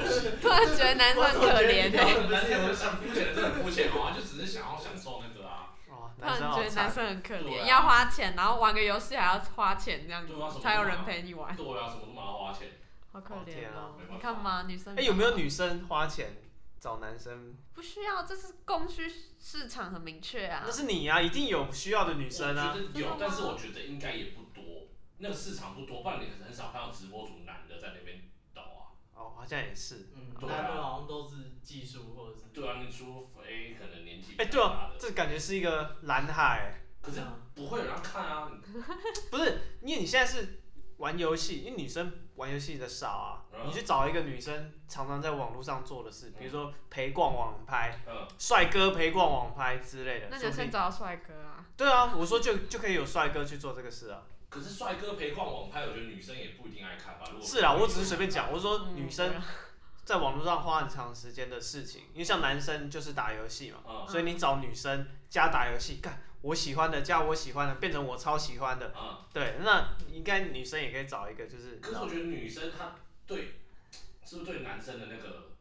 [SPEAKER 3] 游戏。
[SPEAKER 4] 突然觉得男生很可怜哎、
[SPEAKER 2] 我
[SPEAKER 3] 男生很肤浅，真的很肤浅哦，他就只是想要享受那个啊。
[SPEAKER 1] 哦，
[SPEAKER 4] 突
[SPEAKER 1] 男
[SPEAKER 4] 然
[SPEAKER 1] 生
[SPEAKER 4] 觉
[SPEAKER 1] 好
[SPEAKER 4] 得男
[SPEAKER 1] 惨。
[SPEAKER 4] 生很可
[SPEAKER 3] 对
[SPEAKER 4] 怜，
[SPEAKER 3] 啊
[SPEAKER 4] 要花钱，然后玩个游戏还要花钱这样子
[SPEAKER 3] 对啊什么，
[SPEAKER 4] 才有人陪你玩，
[SPEAKER 3] 对啊，什么都蛮花钱。
[SPEAKER 4] 好可
[SPEAKER 1] 哦
[SPEAKER 4] 怜
[SPEAKER 1] 天啊
[SPEAKER 4] 哦
[SPEAKER 3] 没办。法
[SPEAKER 4] 你看嘛，女生
[SPEAKER 1] 哎，有没有女生花钱找男生？
[SPEAKER 4] 不需要？这是供需市场很明确啊
[SPEAKER 1] 那。是你啊，一定有需要的女生啊。
[SPEAKER 3] 我觉得有，但是我觉得应该也不多，那个市场不多，不然你很少看到直播主男的在那边抖啊。
[SPEAKER 1] 哦，好像也是。
[SPEAKER 2] 嗯，
[SPEAKER 3] 对啊
[SPEAKER 2] 男的好像都是技术或者是
[SPEAKER 3] 对啊，你除非可能年纪比
[SPEAKER 1] 哎，对
[SPEAKER 3] 较
[SPEAKER 1] 啊
[SPEAKER 3] 大，的，
[SPEAKER 1] 这感觉是一个蓝海欸。
[SPEAKER 3] 可
[SPEAKER 2] 啊
[SPEAKER 3] 是不会有人要看啊。你
[SPEAKER 1] 不是，因为你现在是玩游戏，因为女生玩游戏的少啊。
[SPEAKER 3] 嗯
[SPEAKER 1] 你去找一个女生常常在网络上做的事
[SPEAKER 3] 嗯，
[SPEAKER 1] 比如说陪逛网拍、
[SPEAKER 3] 嗯，
[SPEAKER 1] 帅哥陪逛网拍之类的。
[SPEAKER 4] 那
[SPEAKER 1] 说
[SPEAKER 4] 就
[SPEAKER 1] 不
[SPEAKER 4] 先
[SPEAKER 1] 定
[SPEAKER 4] 找帅哥啊。
[SPEAKER 1] 对啊，我说就就可以有帅哥去做这个事啊。
[SPEAKER 3] 可是帅哥陪逛网拍，我觉得女生也不一定爱看吧。如果
[SPEAKER 1] 是啊，我只是随便讲，我说
[SPEAKER 4] 嗯
[SPEAKER 1] 女生
[SPEAKER 4] 对啊
[SPEAKER 1] 在网络上花很长时间的事情，因为像男生就是打游戏嘛，
[SPEAKER 3] 嗯
[SPEAKER 1] 所以你找女生加打游戏，干我喜欢的加我喜欢的，变成我超喜欢的。
[SPEAKER 3] 嗯，
[SPEAKER 1] 对，那应该女生也可以找一个就是。
[SPEAKER 3] 可是我觉得女生她对，是不是对男生的那个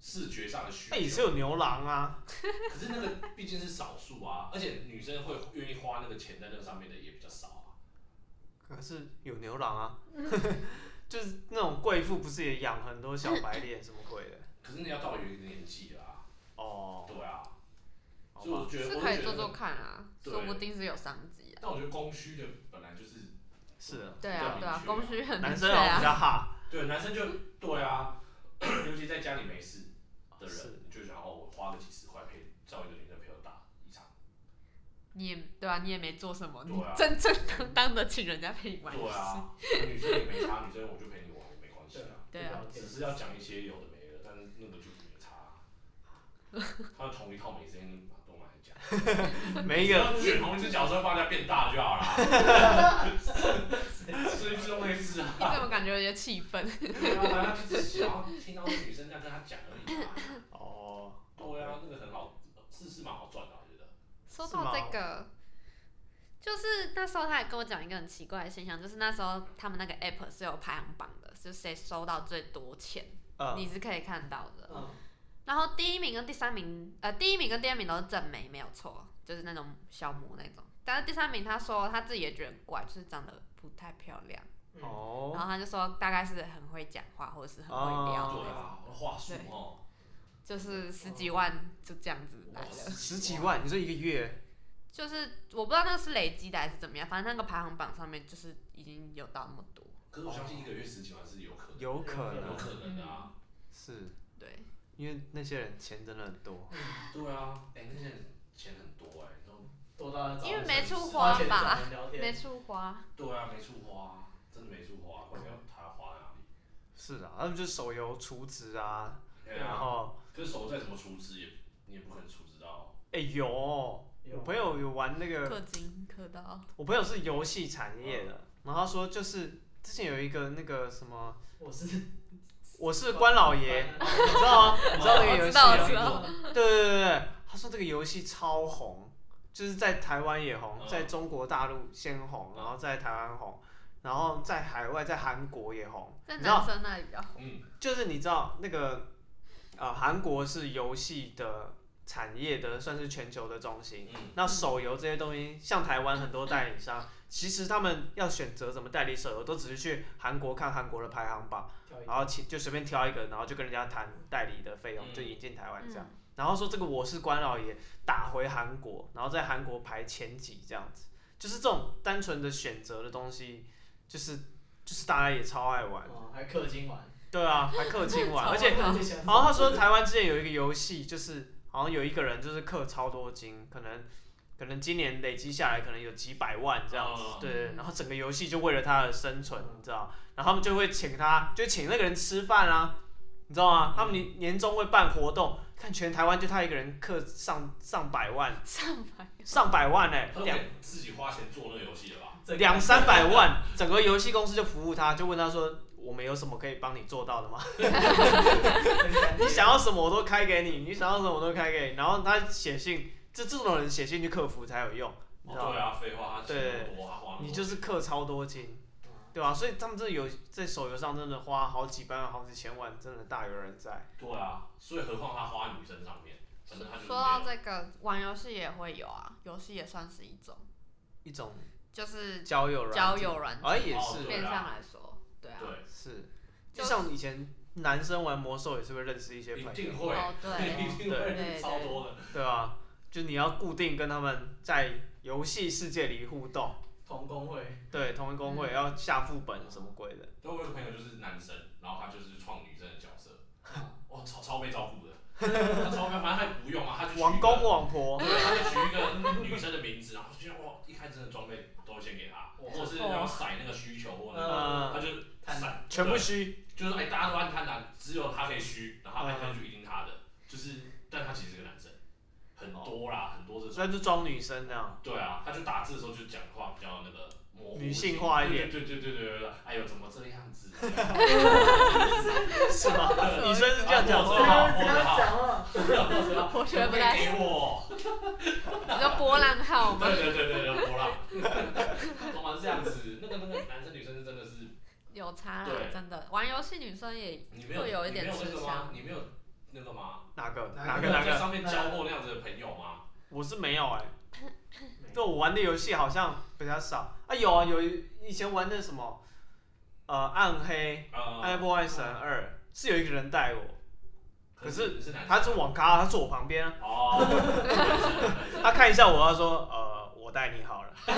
[SPEAKER 3] 视觉上的需
[SPEAKER 1] 那也是
[SPEAKER 3] 求？
[SPEAKER 1] 有牛郎啊。
[SPEAKER 3] 可是那个毕竟是少数啊，而且女生会愿意花那个钱在那个上面的也比较少啊。
[SPEAKER 1] 可是有牛郎啊， 就是那种贵妇不是也养很多小白脸什么鬼的？
[SPEAKER 3] 可是你要到有一个年纪了啊，
[SPEAKER 1] 哦，
[SPEAKER 3] 对啊，
[SPEAKER 1] 好
[SPEAKER 3] 所以我
[SPEAKER 1] 吧，
[SPEAKER 3] 觉得
[SPEAKER 4] 是
[SPEAKER 3] 我
[SPEAKER 4] 可
[SPEAKER 3] 会
[SPEAKER 4] 以
[SPEAKER 3] 觉
[SPEAKER 4] 做
[SPEAKER 3] 得
[SPEAKER 4] 做看啊，
[SPEAKER 3] 对
[SPEAKER 4] 说不定是有商机啊。
[SPEAKER 3] 但我觉得供需的本来就是
[SPEAKER 1] 是啊
[SPEAKER 4] 对啊，
[SPEAKER 3] 比
[SPEAKER 4] 对
[SPEAKER 3] 较
[SPEAKER 4] 啊
[SPEAKER 3] 明，确
[SPEAKER 4] 供需很明
[SPEAKER 1] 男
[SPEAKER 4] 确
[SPEAKER 1] 生好哦像比
[SPEAKER 4] 啊。
[SPEAKER 1] 较哈，
[SPEAKER 3] 对男生就对啊， 尤其在家里没事的
[SPEAKER 1] 是
[SPEAKER 3] 人，你就想哦，我花个几十块陪找一个女生陪我打一场，
[SPEAKER 4] 你也对啊，你也没做什么，你
[SPEAKER 3] 对啊
[SPEAKER 4] 正正当当的请人家陪你玩游
[SPEAKER 3] 对
[SPEAKER 4] 戏。
[SPEAKER 3] 啊，女生也没差，女生我就陪你玩也没关系啊，
[SPEAKER 4] 对啊，
[SPEAKER 3] 只是要讲一些有的没的，但是那个就没差啊。他们同一套每天都拿来讲，
[SPEAKER 1] 每一
[SPEAKER 3] 只
[SPEAKER 1] 个
[SPEAKER 3] 要选同一只角色，把人家变大就好了。 所以就是类似啊。
[SPEAKER 4] 你怎么感觉有些气愤？
[SPEAKER 3] 对啊，反正他就是想要听到女生这样跟他讲而已嘛。
[SPEAKER 1] 哦，
[SPEAKER 3] 对啊，那个很好，是是蛮好赚的，我觉得。
[SPEAKER 4] 说
[SPEAKER 1] 是吗
[SPEAKER 4] 到这个，就是那时候他也跟我讲一个很奇怪的现象，就是那时候他们那个 app 是有排行榜的，就谁收到最多钱，
[SPEAKER 1] 嗯，
[SPEAKER 4] 你是可以看到的。
[SPEAKER 2] 嗯，
[SPEAKER 4] 然后第一名跟第三名，呃，第一名跟第二名都是正妹，没有错，就是那种小模那种。但是第三名他说他自己也觉得很怪，就是长得不太漂亮，然
[SPEAKER 1] 哦，
[SPEAKER 4] 后他就说大概是很会讲话或者是很会聊的
[SPEAKER 3] 对
[SPEAKER 4] 那种，
[SPEAKER 3] 啊，话术哦，
[SPEAKER 4] 就是十几万就这样子来的。
[SPEAKER 1] 十几万，你说一个月，
[SPEAKER 4] 就是我不知道那个是累积的还是怎么样，反正那个排行榜上面就是已经有到那么多。
[SPEAKER 3] 可是我相信一个月十几万是有可能，
[SPEAKER 1] 有可
[SPEAKER 3] 有
[SPEAKER 1] 能
[SPEAKER 3] 可能的啊。
[SPEAKER 1] 是
[SPEAKER 4] 对，
[SPEAKER 1] 因为那些人钱真的很多，
[SPEAKER 3] 对啊，哎，那些人钱很多哎，都
[SPEAKER 2] 多到
[SPEAKER 4] 因为没处花吧没
[SPEAKER 2] 没
[SPEAKER 4] 处花，
[SPEAKER 3] 对啊，没处花，真的没处花，啊不然他花在哪里？
[SPEAKER 1] 是啊，他们就是手游充值啊，
[SPEAKER 3] 对
[SPEAKER 1] 然
[SPEAKER 3] 啊，
[SPEAKER 1] 后
[SPEAKER 3] 可是手再怎么处置也你也不可能处置到。
[SPEAKER 1] 哎有，我朋友有玩那个
[SPEAKER 4] 氪金氪到
[SPEAKER 1] 我朋友是游戏嗯产业的，然后他说就是之前有一个那个什么。
[SPEAKER 2] 我是
[SPEAKER 1] 我是关老爷，你知道吗？你知道那个游戏
[SPEAKER 4] 我
[SPEAKER 1] 吗
[SPEAKER 4] 知道我知？道
[SPEAKER 1] 对对对对，他说这个游戏超红，就是在台湾也红，
[SPEAKER 3] 嗯
[SPEAKER 1] 在中国大陆先红，然后在台湾红，然后在海外，在韩国也红。
[SPEAKER 4] 在
[SPEAKER 1] 你知道
[SPEAKER 4] 男生那里比啊较红。
[SPEAKER 3] 嗯，
[SPEAKER 1] 就是你知道那个，呃，韩国是游戏的产业的，算是全球的中心。
[SPEAKER 3] 嗯，
[SPEAKER 1] 那手游这些东西，像台湾很多代理商，其实他们要选择怎么代理手游，都只是去韩国看韩国的排行榜，然后其就随便挑一个，然后就跟人家谈代理的费用，
[SPEAKER 3] 嗯
[SPEAKER 1] 就引进台湾这样。
[SPEAKER 4] 嗯
[SPEAKER 1] 然后说这个我是关老爷打回韩国，然后在韩国排前几这样子，就是这种单纯的选择的东西，就是就是大家也超爱玩，
[SPEAKER 2] 哦还氪金玩，
[SPEAKER 1] 对啊，还氪金玩，
[SPEAKER 4] 超
[SPEAKER 1] 而且
[SPEAKER 4] 好
[SPEAKER 1] 然后他说台湾之前有一个游戏，就是好像有一个人就是氪超多金，可能可能今年累积下来可能有几百万这样子，
[SPEAKER 3] 哦
[SPEAKER 1] 对对。然后整个游戏就为了他而生存，你知道？然后他们就会请他，就请那个人吃饭啊，你知道吗？他们年年终会办活动，看全台湾就他一个人氪上上百万，
[SPEAKER 4] 上百
[SPEAKER 1] 上百万哎、
[SPEAKER 3] 他都可
[SPEAKER 1] 两
[SPEAKER 3] 以自己花钱做那个游戏了吧？
[SPEAKER 2] 这个
[SPEAKER 1] 两三百万，整个游戏公司就服务他，就问他说。我们有什么可以帮你做到的吗？你想要什么我都开给你，你想要什么我都开给你。然后他写信，这这种人写信去客服才有用，你知道
[SPEAKER 3] 哦，
[SPEAKER 1] 吗？
[SPEAKER 3] 对啊，啊废话，他钱那么多，他花那么多
[SPEAKER 1] 你就是氪超多金，对吧、啊所以他们这有在手游上真的花好几百万、好几千万，真的大有人在。
[SPEAKER 3] 对啊，所以何况他花女生上面，反正他就是
[SPEAKER 4] 说
[SPEAKER 3] 没有
[SPEAKER 4] 到这个，啊玩游戏也会有啊，游戏也算是一种，
[SPEAKER 1] 一种
[SPEAKER 4] 就是
[SPEAKER 1] 交友软件
[SPEAKER 4] 交友软
[SPEAKER 1] 啊
[SPEAKER 4] 件
[SPEAKER 1] 也
[SPEAKER 3] 哦
[SPEAKER 1] 是
[SPEAKER 3] 对
[SPEAKER 4] 变
[SPEAKER 3] 啦
[SPEAKER 4] 相来说，对啊，
[SPEAKER 3] 对，
[SPEAKER 1] 是，
[SPEAKER 4] 就
[SPEAKER 1] 就像以前男生玩魔兽也是会认识一些朋
[SPEAKER 3] 一
[SPEAKER 1] 友
[SPEAKER 3] 定，会，
[SPEAKER 4] 哦 对，
[SPEAKER 3] 一定
[SPEAKER 1] 对
[SPEAKER 3] 会超多的。
[SPEAKER 1] 对吧、就你要固定跟他们在游戏世界里互动，
[SPEAKER 2] 同工会，
[SPEAKER 1] 对，同一工
[SPEAKER 3] 嗯
[SPEAKER 1] 会要下副本什么鬼的，
[SPEAKER 3] 对，我有个朋友就是男生，然后他就是创女生的角色，
[SPEAKER 1] 嗯
[SPEAKER 3] 哇，超超被照顾的， 他超被，反正他也不用啊，他就取一个
[SPEAKER 1] 王公王婆。
[SPEAKER 3] 对，他就取一个女生的名字，然后就觉得哇，一开始的装备都先给他，
[SPEAKER 2] 哇
[SPEAKER 3] 或者是然后甩那个需求或者
[SPEAKER 1] 嗯
[SPEAKER 3] 他就闪，
[SPEAKER 1] 全部虚，
[SPEAKER 3] 对就是哎，大家都按他拿，只有他可以虚，然后按他就一定他的，就是，但他其实是个男生，很多啦，很多这种，
[SPEAKER 1] 那就装女生这 样。
[SPEAKER 3] 对啊，他就打字的时候就讲话比较那个模糊
[SPEAKER 1] 女性化一点
[SPEAKER 3] 对对对对对对，哎呦，怎么这样子？
[SPEAKER 1] 是 吗？女生是这样讲
[SPEAKER 3] 我
[SPEAKER 2] 啊
[SPEAKER 1] 的吗？
[SPEAKER 2] 不
[SPEAKER 3] 知道
[SPEAKER 2] 要讲了，
[SPEAKER 4] 我觉得不太，
[SPEAKER 3] 给我，
[SPEAKER 4] 你说波浪号吗？
[SPEAKER 3] 对对对对对，波浪，懂吗？是这样子，那个那个男生女生是真的是，
[SPEAKER 4] 有差啦，
[SPEAKER 3] 对
[SPEAKER 4] 真的，玩游戏女生也
[SPEAKER 3] 你没有
[SPEAKER 4] 会有一点
[SPEAKER 3] 你没有那
[SPEAKER 4] 吃
[SPEAKER 3] 个
[SPEAKER 4] 香
[SPEAKER 3] 吗？你没有那个吗？
[SPEAKER 1] 哪个
[SPEAKER 2] 哪
[SPEAKER 1] 哪
[SPEAKER 2] 个
[SPEAKER 1] 个哪
[SPEAKER 3] 在
[SPEAKER 1] 个？
[SPEAKER 3] 上面交过那样子的朋友吗？
[SPEAKER 1] 我是没有哎、对我玩的游戏好像比较少啊。有啊，有一以前玩的什么，呃，暗黑、暗黑
[SPEAKER 3] 呃，
[SPEAKER 1] 破坏神二是有一个人带我，可是
[SPEAKER 3] 你是男生，
[SPEAKER 1] 他是网咖，他坐我旁边啊，
[SPEAKER 3] 哦，
[SPEAKER 1] 他看一下我，他说呃，我带你好了，
[SPEAKER 3] 是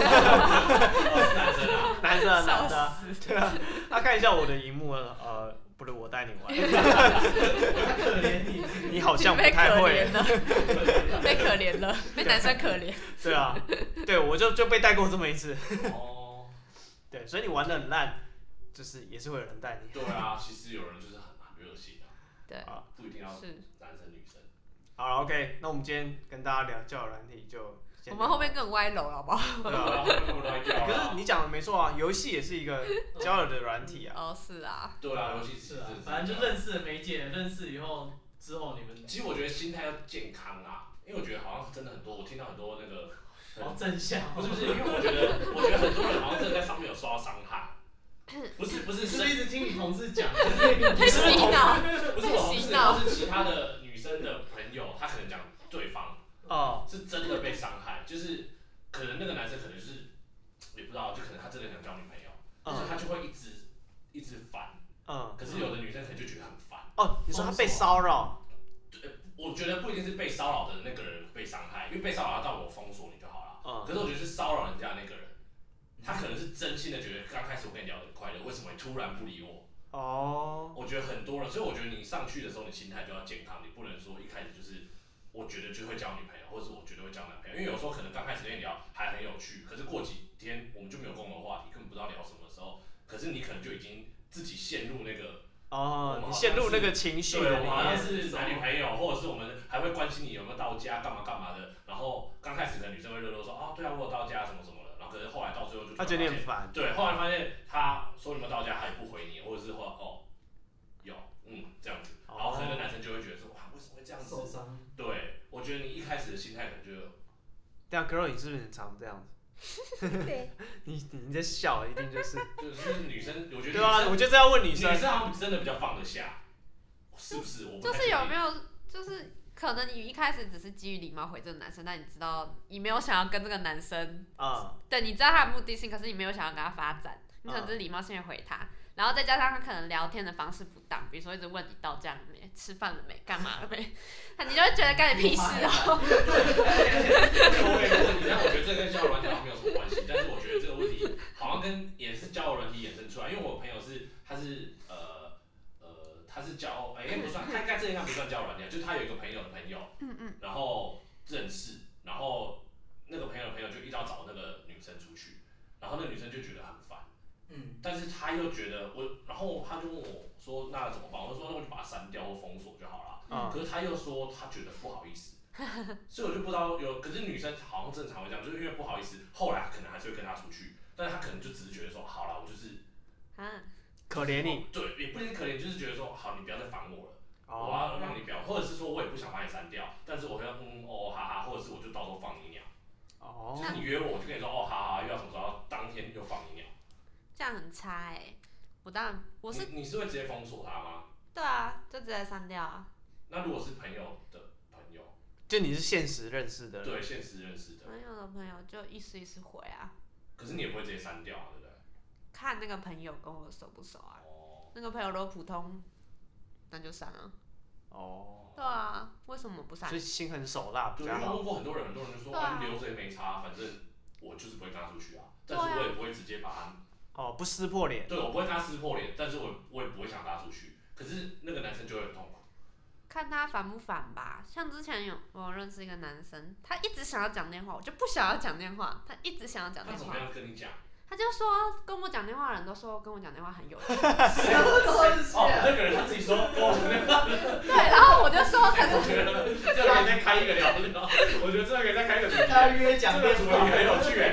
[SPEAKER 3] 男生啊，
[SPEAKER 1] 男的啊
[SPEAKER 4] 笑
[SPEAKER 1] 男的啊，对啊，他看一下我的荧幕，呃，不是我带你玩，
[SPEAKER 2] 他可怜你，
[SPEAKER 1] 你好像不
[SPEAKER 4] 被可
[SPEAKER 1] 太会
[SPEAKER 4] 怜， 了，被可怜了，被男生可怜。
[SPEAKER 1] 对啊，对我就就被带过这么一次。
[SPEAKER 3] 哦，
[SPEAKER 1] 对，所以你玩的很烂，就是也是会有人带你。
[SPEAKER 3] 对啊，其实有人就是很很热心啊，
[SPEAKER 4] 对，
[SPEAKER 3] 不一定要
[SPEAKER 4] 是
[SPEAKER 3] 男生女生，
[SPEAKER 1] 好了，OK，那我们今天跟大家聊交友软体就先聊
[SPEAKER 4] 我们后面更歪楼了，好不好？
[SPEAKER 1] 对
[SPEAKER 3] 然
[SPEAKER 1] 啊
[SPEAKER 3] 后他们都会掉
[SPEAKER 1] 可
[SPEAKER 3] 了
[SPEAKER 1] 是你讲的没错啊，游戏也是一个交友的软体啊。
[SPEAKER 4] 哦，是啊，
[SPEAKER 3] 对啊，尤其是
[SPEAKER 2] 是啊，反正就认识了梅姐，认识以后之后你们
[SPEAKER 3] 其实我觉得心态要健康啊，因为我觉得好像真的很多，我听到很多那个，
[SPEAKER 2] 好正向，
[SPEAKER 3] 不是不是，因为我觉得我觉得很多人好像真的在上面有受到伤 害，不是不是
[SPEAKER 2] 你是
[SPEAKER 3] 身
[SPEAKER 2] 不是一直听你同事讲？
[SPEAKER 4] 被洗脑，
[SPEAKER 3] 不是
[SPEAKER 4] 被
[SPEAKER 3] 我不
[SPEAKER 4] 洗
[SPEAKER 3] 是
[SPEAKER 4] 脑
[SPEAKER 3] 我是其他的女生的朋友，她可能讲对方
[SPEAKER 1] 哦，
[SPEAKER 3] 是真的被伤害，就是可能那个男生可能就是也不知道，就可能他真的想交女朋友，但是
[SPEAKER 1] 嗯
[SPEAKER 3] 他就会一直一直烦，
[SPEAKER 1] 嗯，
[SPEAKER 3] 可是有的女生可能就觉得很烦。
[SPEAKER 1] 哦，你说他被骚扰，
[SPEAKER 3] 我觉得不一定是被骚扰的那个人被伤害，因为被骚扰要到我封锁你啊就好了。
[SPEAKER 1] 嗯
[SPEAKER 3] 可是我觉得是骚扰人家的那个人，他可能是真心的觉得刚开始我跟你聊得很快乐，为什么你突然不理我？
[SPEAKER 1] 哦，
[SPEAKER 3] 我觉得很多人，所以我觉得你上去的时候，你心态就要健康，你不能说一开始就是我觉得就会交女朋友，或者是我觉得会交男朋友，因为有时候可能刚开始跟你聊还很有趣，可是过几天我们就没有共同话题，根本不知道聊什么的时候，可是你可能就已经自己陷入那个
[SPEAKER 1] 哦，你陷入那个情绪
[SPEAKER 3] 对，
[SPEAKER 1] 了
[SPEAKER 3] 我们好像
[SPEAKER 1] 里
[SPEAKER 3] 是男女朋友，或者是我们还会关心你有没有到家，干嘛干嘛的。然后刚开始的女生会热络说，哦，对啊，我有到家什么什么的。然后可是后来到最后就
[SPEAKER 1] 面，他觉得你
[SPEAKER 3] 发
[SPEAKER 1] 很
[SPEAKER 3] 现
[SPEAKER 1] 烦，
[SPEAKER 3] 对，后来发现他说你们到家，他也不回你，或者是说哦有，嗯，
[SPEAKER 1] 哦对啊 c a r o l 你是不是很常这样子？
[SPEAKER 5] 对，
[SPEAKER 1] 你你你在笑，一定 就是。
[SPEAKER 3] 就是女生，我觉得
[SPEAKER 1] 对啊，我
[SPEAKER 3] 女
[SPEAKER 1] 就这要问女
[SPEAKER 3] 生
[SPEAKER 1] 生
[SPEAKER 3] 女。生好像真的比较放得下，是不是？我不
[SPEAKER 4] 就
[SPEAKER 3] 太
[SPEAKER 4] 是
[SPEAKER 3] 确
[SPEAKER 4] 有
[SPEAKER 3] 定
[SPEAKER 4] 没有，就是可能你一开始只是基于礼貌回这个男生，但你知道你没有想要跟这个男生，
[SPEAKER 1] 啊、
[SPEAKER 4] 对，你知道他的目的性，可是你没有想要跟他发展，你可
[SPEAKER 1] 嗯
[SPEAKER 4] 能只是礼貌性的回他，然后再加上他可能聊天的方式不当，比如说一直问你到家了没、吃饭了没、干 嘛了没，那你就会觉得干你屁事哦、
[SPEAKER 3] 我没问题，但我觉得这跟交友软件好像没有什么关系。但是我觉得这个问题好像跟也是交友软件衍生出来，因为我朋友是他是呃呃他是交哎、应该不算，他应该这应该不算交友软件，就是他有一个朋友的朋友，
[SPEAKER 4] 嗯嗯，
[SPEAKER 3] 然后认识，然后那个朋友的朋友就一直要找那个女生出去，然后那女生就觉得很烦，
[SPEAKER 2] 嗯，
[SPEAKER 3] 但是他又觉得我，然后他就问我说那怎么办？我就说那我就把它删掉或封锁就好了。
[SPEAKER 1] 啊、
[SPEAKER 3] 可是他又说他觉得不好意思， 所以我就不知道有，可是女生好像正常会这样，就是因为不好意思，后来可能还是会跟他出去，但是他可能就只是觉得说好了，我就是 哦
[SPEAKER 4] 啊，
[SPEAKER 1] 可怜你
[SPEAKER 3] 对，也不一定可怜，就是觉得说好，你不要再烦我了，我
[SPEAKER 1] 哦，
[SPEAKER 3] 要让你不要，或者是说我也不想把你删掉，但是我会嗯哦哈哈，或者是我就到时候放你鸟，就
[SPEAKER 1] 哦，
[SPEAKER 3] 是你约我，我就跟你说哦哈哈，又要什么时候，当天就放你鸟。
[SPEAKER 4] 这样很差哎、我当然我是
[SPEAKER 3] 你你是会直接封锁他吗？
[SPEAKER 4] 对啊，就直接删掉啊，
[SPEAKER 3] 那如果是朋友的朋友，
[SPEAKER 1] 就你是现实认识的人，
[SPEAKER 3] 对，现实认识的，
[SPEAKER 4] 朋友的朋友就一时一时回啊，
[SPEAKER 3] 可是你也不会直接删掉啊，对不对？
[SPEAKER 4] 看那个朋友跟我熟不熟啊。
[SPEAKER 3] 哦，
[SPEAKER 4] 那个朋友如果普通，那就删啊。
[SPEAKER 1] 哦，
[SPEAKER 4] 对啊，为什么不删
[SPEAKER 1] 所以？心狠手辣比
[SPEAKER 3] 对，
[SPEAKER 1] 较
[SPEAKER 3] 因为
[SPEAKER 1] 好。
[SPEAKER 3] 问过很多人，很多人就说，
[SPEAKER 4] 啊对啊
[SPEAKER 3] 啊，你留着也没差，反正我就是不会跟他出去啊。但是我也不会直接把他，
[SPEAKER 1] 哦，不撕破 脸，
[SPEAKER 3] 对我不会跟他撕破脸，但是我也我也不会想跟他出去。可是那个男生就会很痛苦。
[SPEAKER 4] 看他烦不烦吧。像之前有我认识一个男生，他一直想要讲电话，我就不想要讲电话，他一直想要讲
[SPEAKER 3] 他
[SPEAKER 4] 电
[SPEAKER 3] 怎么
[SPEAKER 4] 话，
[SPEAKER 3] 样跟你讲？
[SPEAKER 4] 他就说跟我讲电话的人都说跟我讲电话很有趣。
[SPEAKER 2] 什么东西
[SPEAKER 3] 哦，
[SPEAKER 2] 啊？
[SPEAKER 3] 那个人他自己说，哦，
[SPEAKER 4] 对，然后我就说，可
[SPEAKER 3] 我
[SPEAKER 4] 是
[SPEAKER 3] 觉得这个可以再开一个聊聊，我觉得这个可以再开一个主
[SPEAKER 2] 他
[SPEAKER 3] 题。
[SPEAKER 2] 约
[SPEAKER 3] 这
[SPEAKER 2] 讲
[SPEAKER 3] 个
[SPEAKER 2] 电
[SPEAKER 3] 主题
[SPEAKER 2] 话，
[SPEAKER 3] 很有趣哎，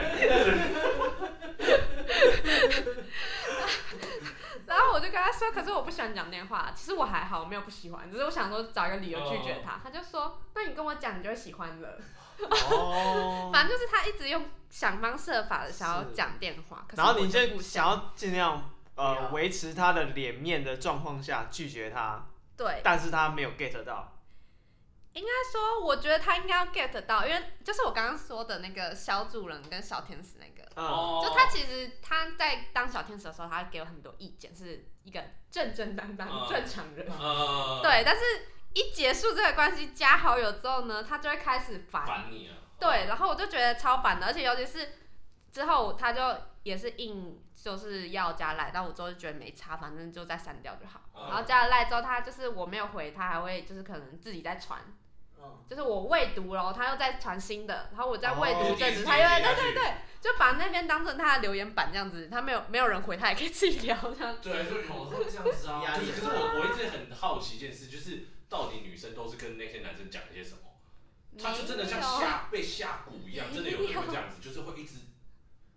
[SPEAKER 4] 然后我就跟他说，可是我不喜欢讲电话。其实我还好，我没有不喜欢，只是我想说找一个理由拒绝
[SPEAKER 3] 哦
[SPEAKER 4] 他。他就说，那你跟我讲，你就会喜欢了。
[SPEAKER 1] 哦，
[SPEAKER 4] 反正就是他一直用想方设法的想要
[SPEAKER 1] 是
[SPEAKER 4] 讲电话，可是
[SPEAKER 1] 然后
[SPEAKER 4] 我
[SPEAKER 1] 你
[SPEAKER 4] 就
[SPEAKER 1] 就
[SPEAKER 4] 不
[SPEAKER 1] 想要尽量
[SPEAKER 2] 对
[SPEAKER 1] 呃
[SPEAKER 2] 啊
[SPEAKER 1] 维持他的脸面的状况下拒绝他，
[SPEAKER 4] 对。
[SPEAKER 1] 但是他没有 get 到，
[SPEAKER 4] 他说，我觉得他应该要 get 到，因为就是我刚刚说的那个小主人跟小天使那个，
[SPEAKER 1] 嗯，
[SPEAKER 3] 哦
[SPEAKER 4] 就他其实他在当小天使的时候，他给我很多意见，是一个正正当当
[SPEAKER 3] 嗯
[SPEAKER 4] 正常人，
[SPEAKER 3] 呃，
[SPEAKER 4] 对，但是一结束这个关系加好友之后呢，他就会开始烦，
[SPEAKER 3] 烦你啊。
[SPEAKER 4] 对，然后我就觉得超烦的，而且尤其是之后他就也是硬就是要加赖，但我之后就觉得没差，反正就再删掉就好，
[SPEAKER 3] 嗯
[SPEAKER 4] 然后加了赖之后，他就是我没有回他，还会就是可能自己在传。
[SPEAKER 2] 嗯，
[SPEAKER 4] 就是我未读然后他又在传新的，然后我在未
[SPEAKER 1] 哦
[SPEAKER 4] 读一阵
[SPEAKER 3] 一直
[SPEAKER 4] 子，他又在
[SPEAKER 3] 接下
[SPEAKER 4] 对
[SPEAKER 3] 去
[SPEAKER 4] 对对，就把那边当成他的留言板这样子，他没有没有人回，他也可以自己聊这样。
[SPEAKER 3] 对，啊就有会这样子啊。
[SPEAKER 2] 压力
[SPEAKER 3] 就是可是我我一直很好奇一件事，就是到底女生都是跟那些男生讲一些什么？他就真的像
[SPEAKER 4] 没有
[SPEAKER 3] 下被下蛊一样，真的有人会这样子，就是会一直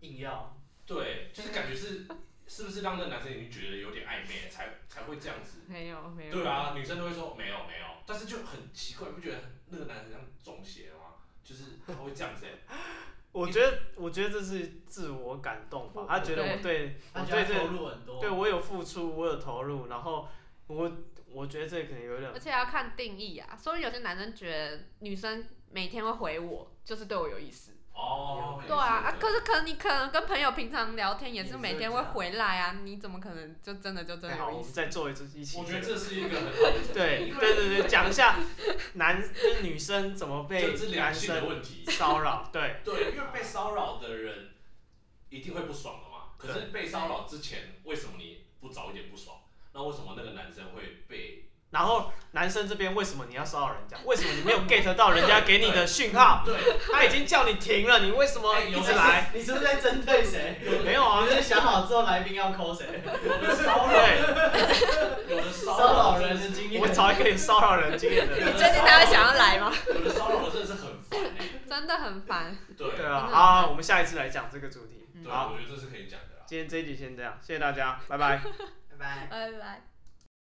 [SPEAKER 2] 硬要，
[SPEAKER 3] 对，就是感觉是是不是让那男生已经觉得有点暧昧了才才会这样子？
[SPEAKER 4] 没有没有，
[SPEAKER 3] 对啊，女生都会说没有没有，但是就很奇怪，你不觉得那个男生像中邪了吗？就是他会这样子、欸，
[SPEAKER 1] 我觉得我觉得这是自我感动吧，他觉得我对
[SPEAKER 2] 他
[SPEAKER 1] 我
[SPEAKER 2] 觉得
[SPEAKER 1] 对
[SPEAKER 2] 他投
[SPEAKER 1] 这
[SPEAKER 2] 入很多，
[SPEAKER 1] 对我有付出，我有投入，然后我我觉得这可能有点
[SPEAKER 4] 而且要看定义啊，所以有些男生觉得女生每天会回我，就是对我有意思。
[SPEAKER 3] 哦，
[SPEAKER 4] 对啊啊，可
[SPEAKER 3] 是
[SPEAKER 4] 是可能你可能跟朋友平常聊天也
[SPEAKER 2] 也
[SPEAKER 4] 是
[SPEAKER 2] 是
[SPEAKER 4] 每天会回来啊，你怎么可能就真的就真的
[SPEAKER 1] 还好，
[SPEAKER 4] 有
[SPEAKER 1] 我们
[SPEAKER 4] 意思？
[SPEAKER 1] 再做一次一起
[SPEAKER 3] 我
[SPEAKER 1] 这
[SPEAKER 3] 觉得
[SPEAKER 1] 个。
[SPEAKER 3] 这是一个很好的
[SPEAKER 1] 对
[SPEAKER 3] 因为
[SPEAKER 1] 对对对，讲一下男就是女生怎么被
[SPEAKER 3] 这是
[SPEAKER 1] 男
[SPEAKER 3] 良性的
[SPEAKER 1] 生
[SPEAKER 3] 问题，
[SPEAKER 1] 骚扰，对，
[SPEAKER 3] 对，因为被骚扰的人一定会不爽的嘛。可是被骚扰之前，为什么你不早一点不爽？那为什么那个男生会被？
[SPEAKER 1] 然后男生这边为什么你要骚扰人家？为什么你没 有 get 到人家给你的讯号？
[SPEAKER 3] 对，
[SPEAKER 1] 他已经叫你停了，你为什么
[SPEAKER 3] 哎
[SPEAKER 1] 一
[SPEAKER 3] 有
[SPEAKER 1] 直来？
[SPEAKER 2] 你是不是在针对谁？
[SPEAKER 1] 没有啊
[SPEAKER 2] 你，是想好之后来宾要扣谁？
[SPEAKER 3] 有的骚扰，
[SPEAKER 1] 对，
[SPEAKER 3] 有的骚
[SPEAKER 2] 骚扰
[SPEAKER 3] 扰
[SPEAKER 2] 人
[SPEAKER 3] 真
[SPEAKER 2] 的
[SPEAKER 3] 的
[SPEAKER 2] 经
[SPEAKER 3] 是，
[SPEAKER 2] 验，
[SPEAKER 1] 我找一个有骚扰人经验的啊
[SPEAKER 4] 你
[SPEAKER 3] 哎
[SPEAKER 1] 人。
[SPEAKER 4] 确定大家想要来吗？
[SPEAKER 3] 有的骚扰真的是很烦哎。
[SPEAKER 4] 真的很烦，
[SPEAKER 3] 欸对，
[SPEAKER 1] 对
[SPEAKER 3] 对，
[SPEAKER 1] 啊，好啊，我们下一次来讲这个主题。好，
[SPEAKER 3] 我觉得这是可以讲的啦。
[SPEAKER 1] 今天这一集先这样，谢谢大家，拜拜。
[SPEAKER 2] 拜拜。
[SPEAKER 4] 拜拜。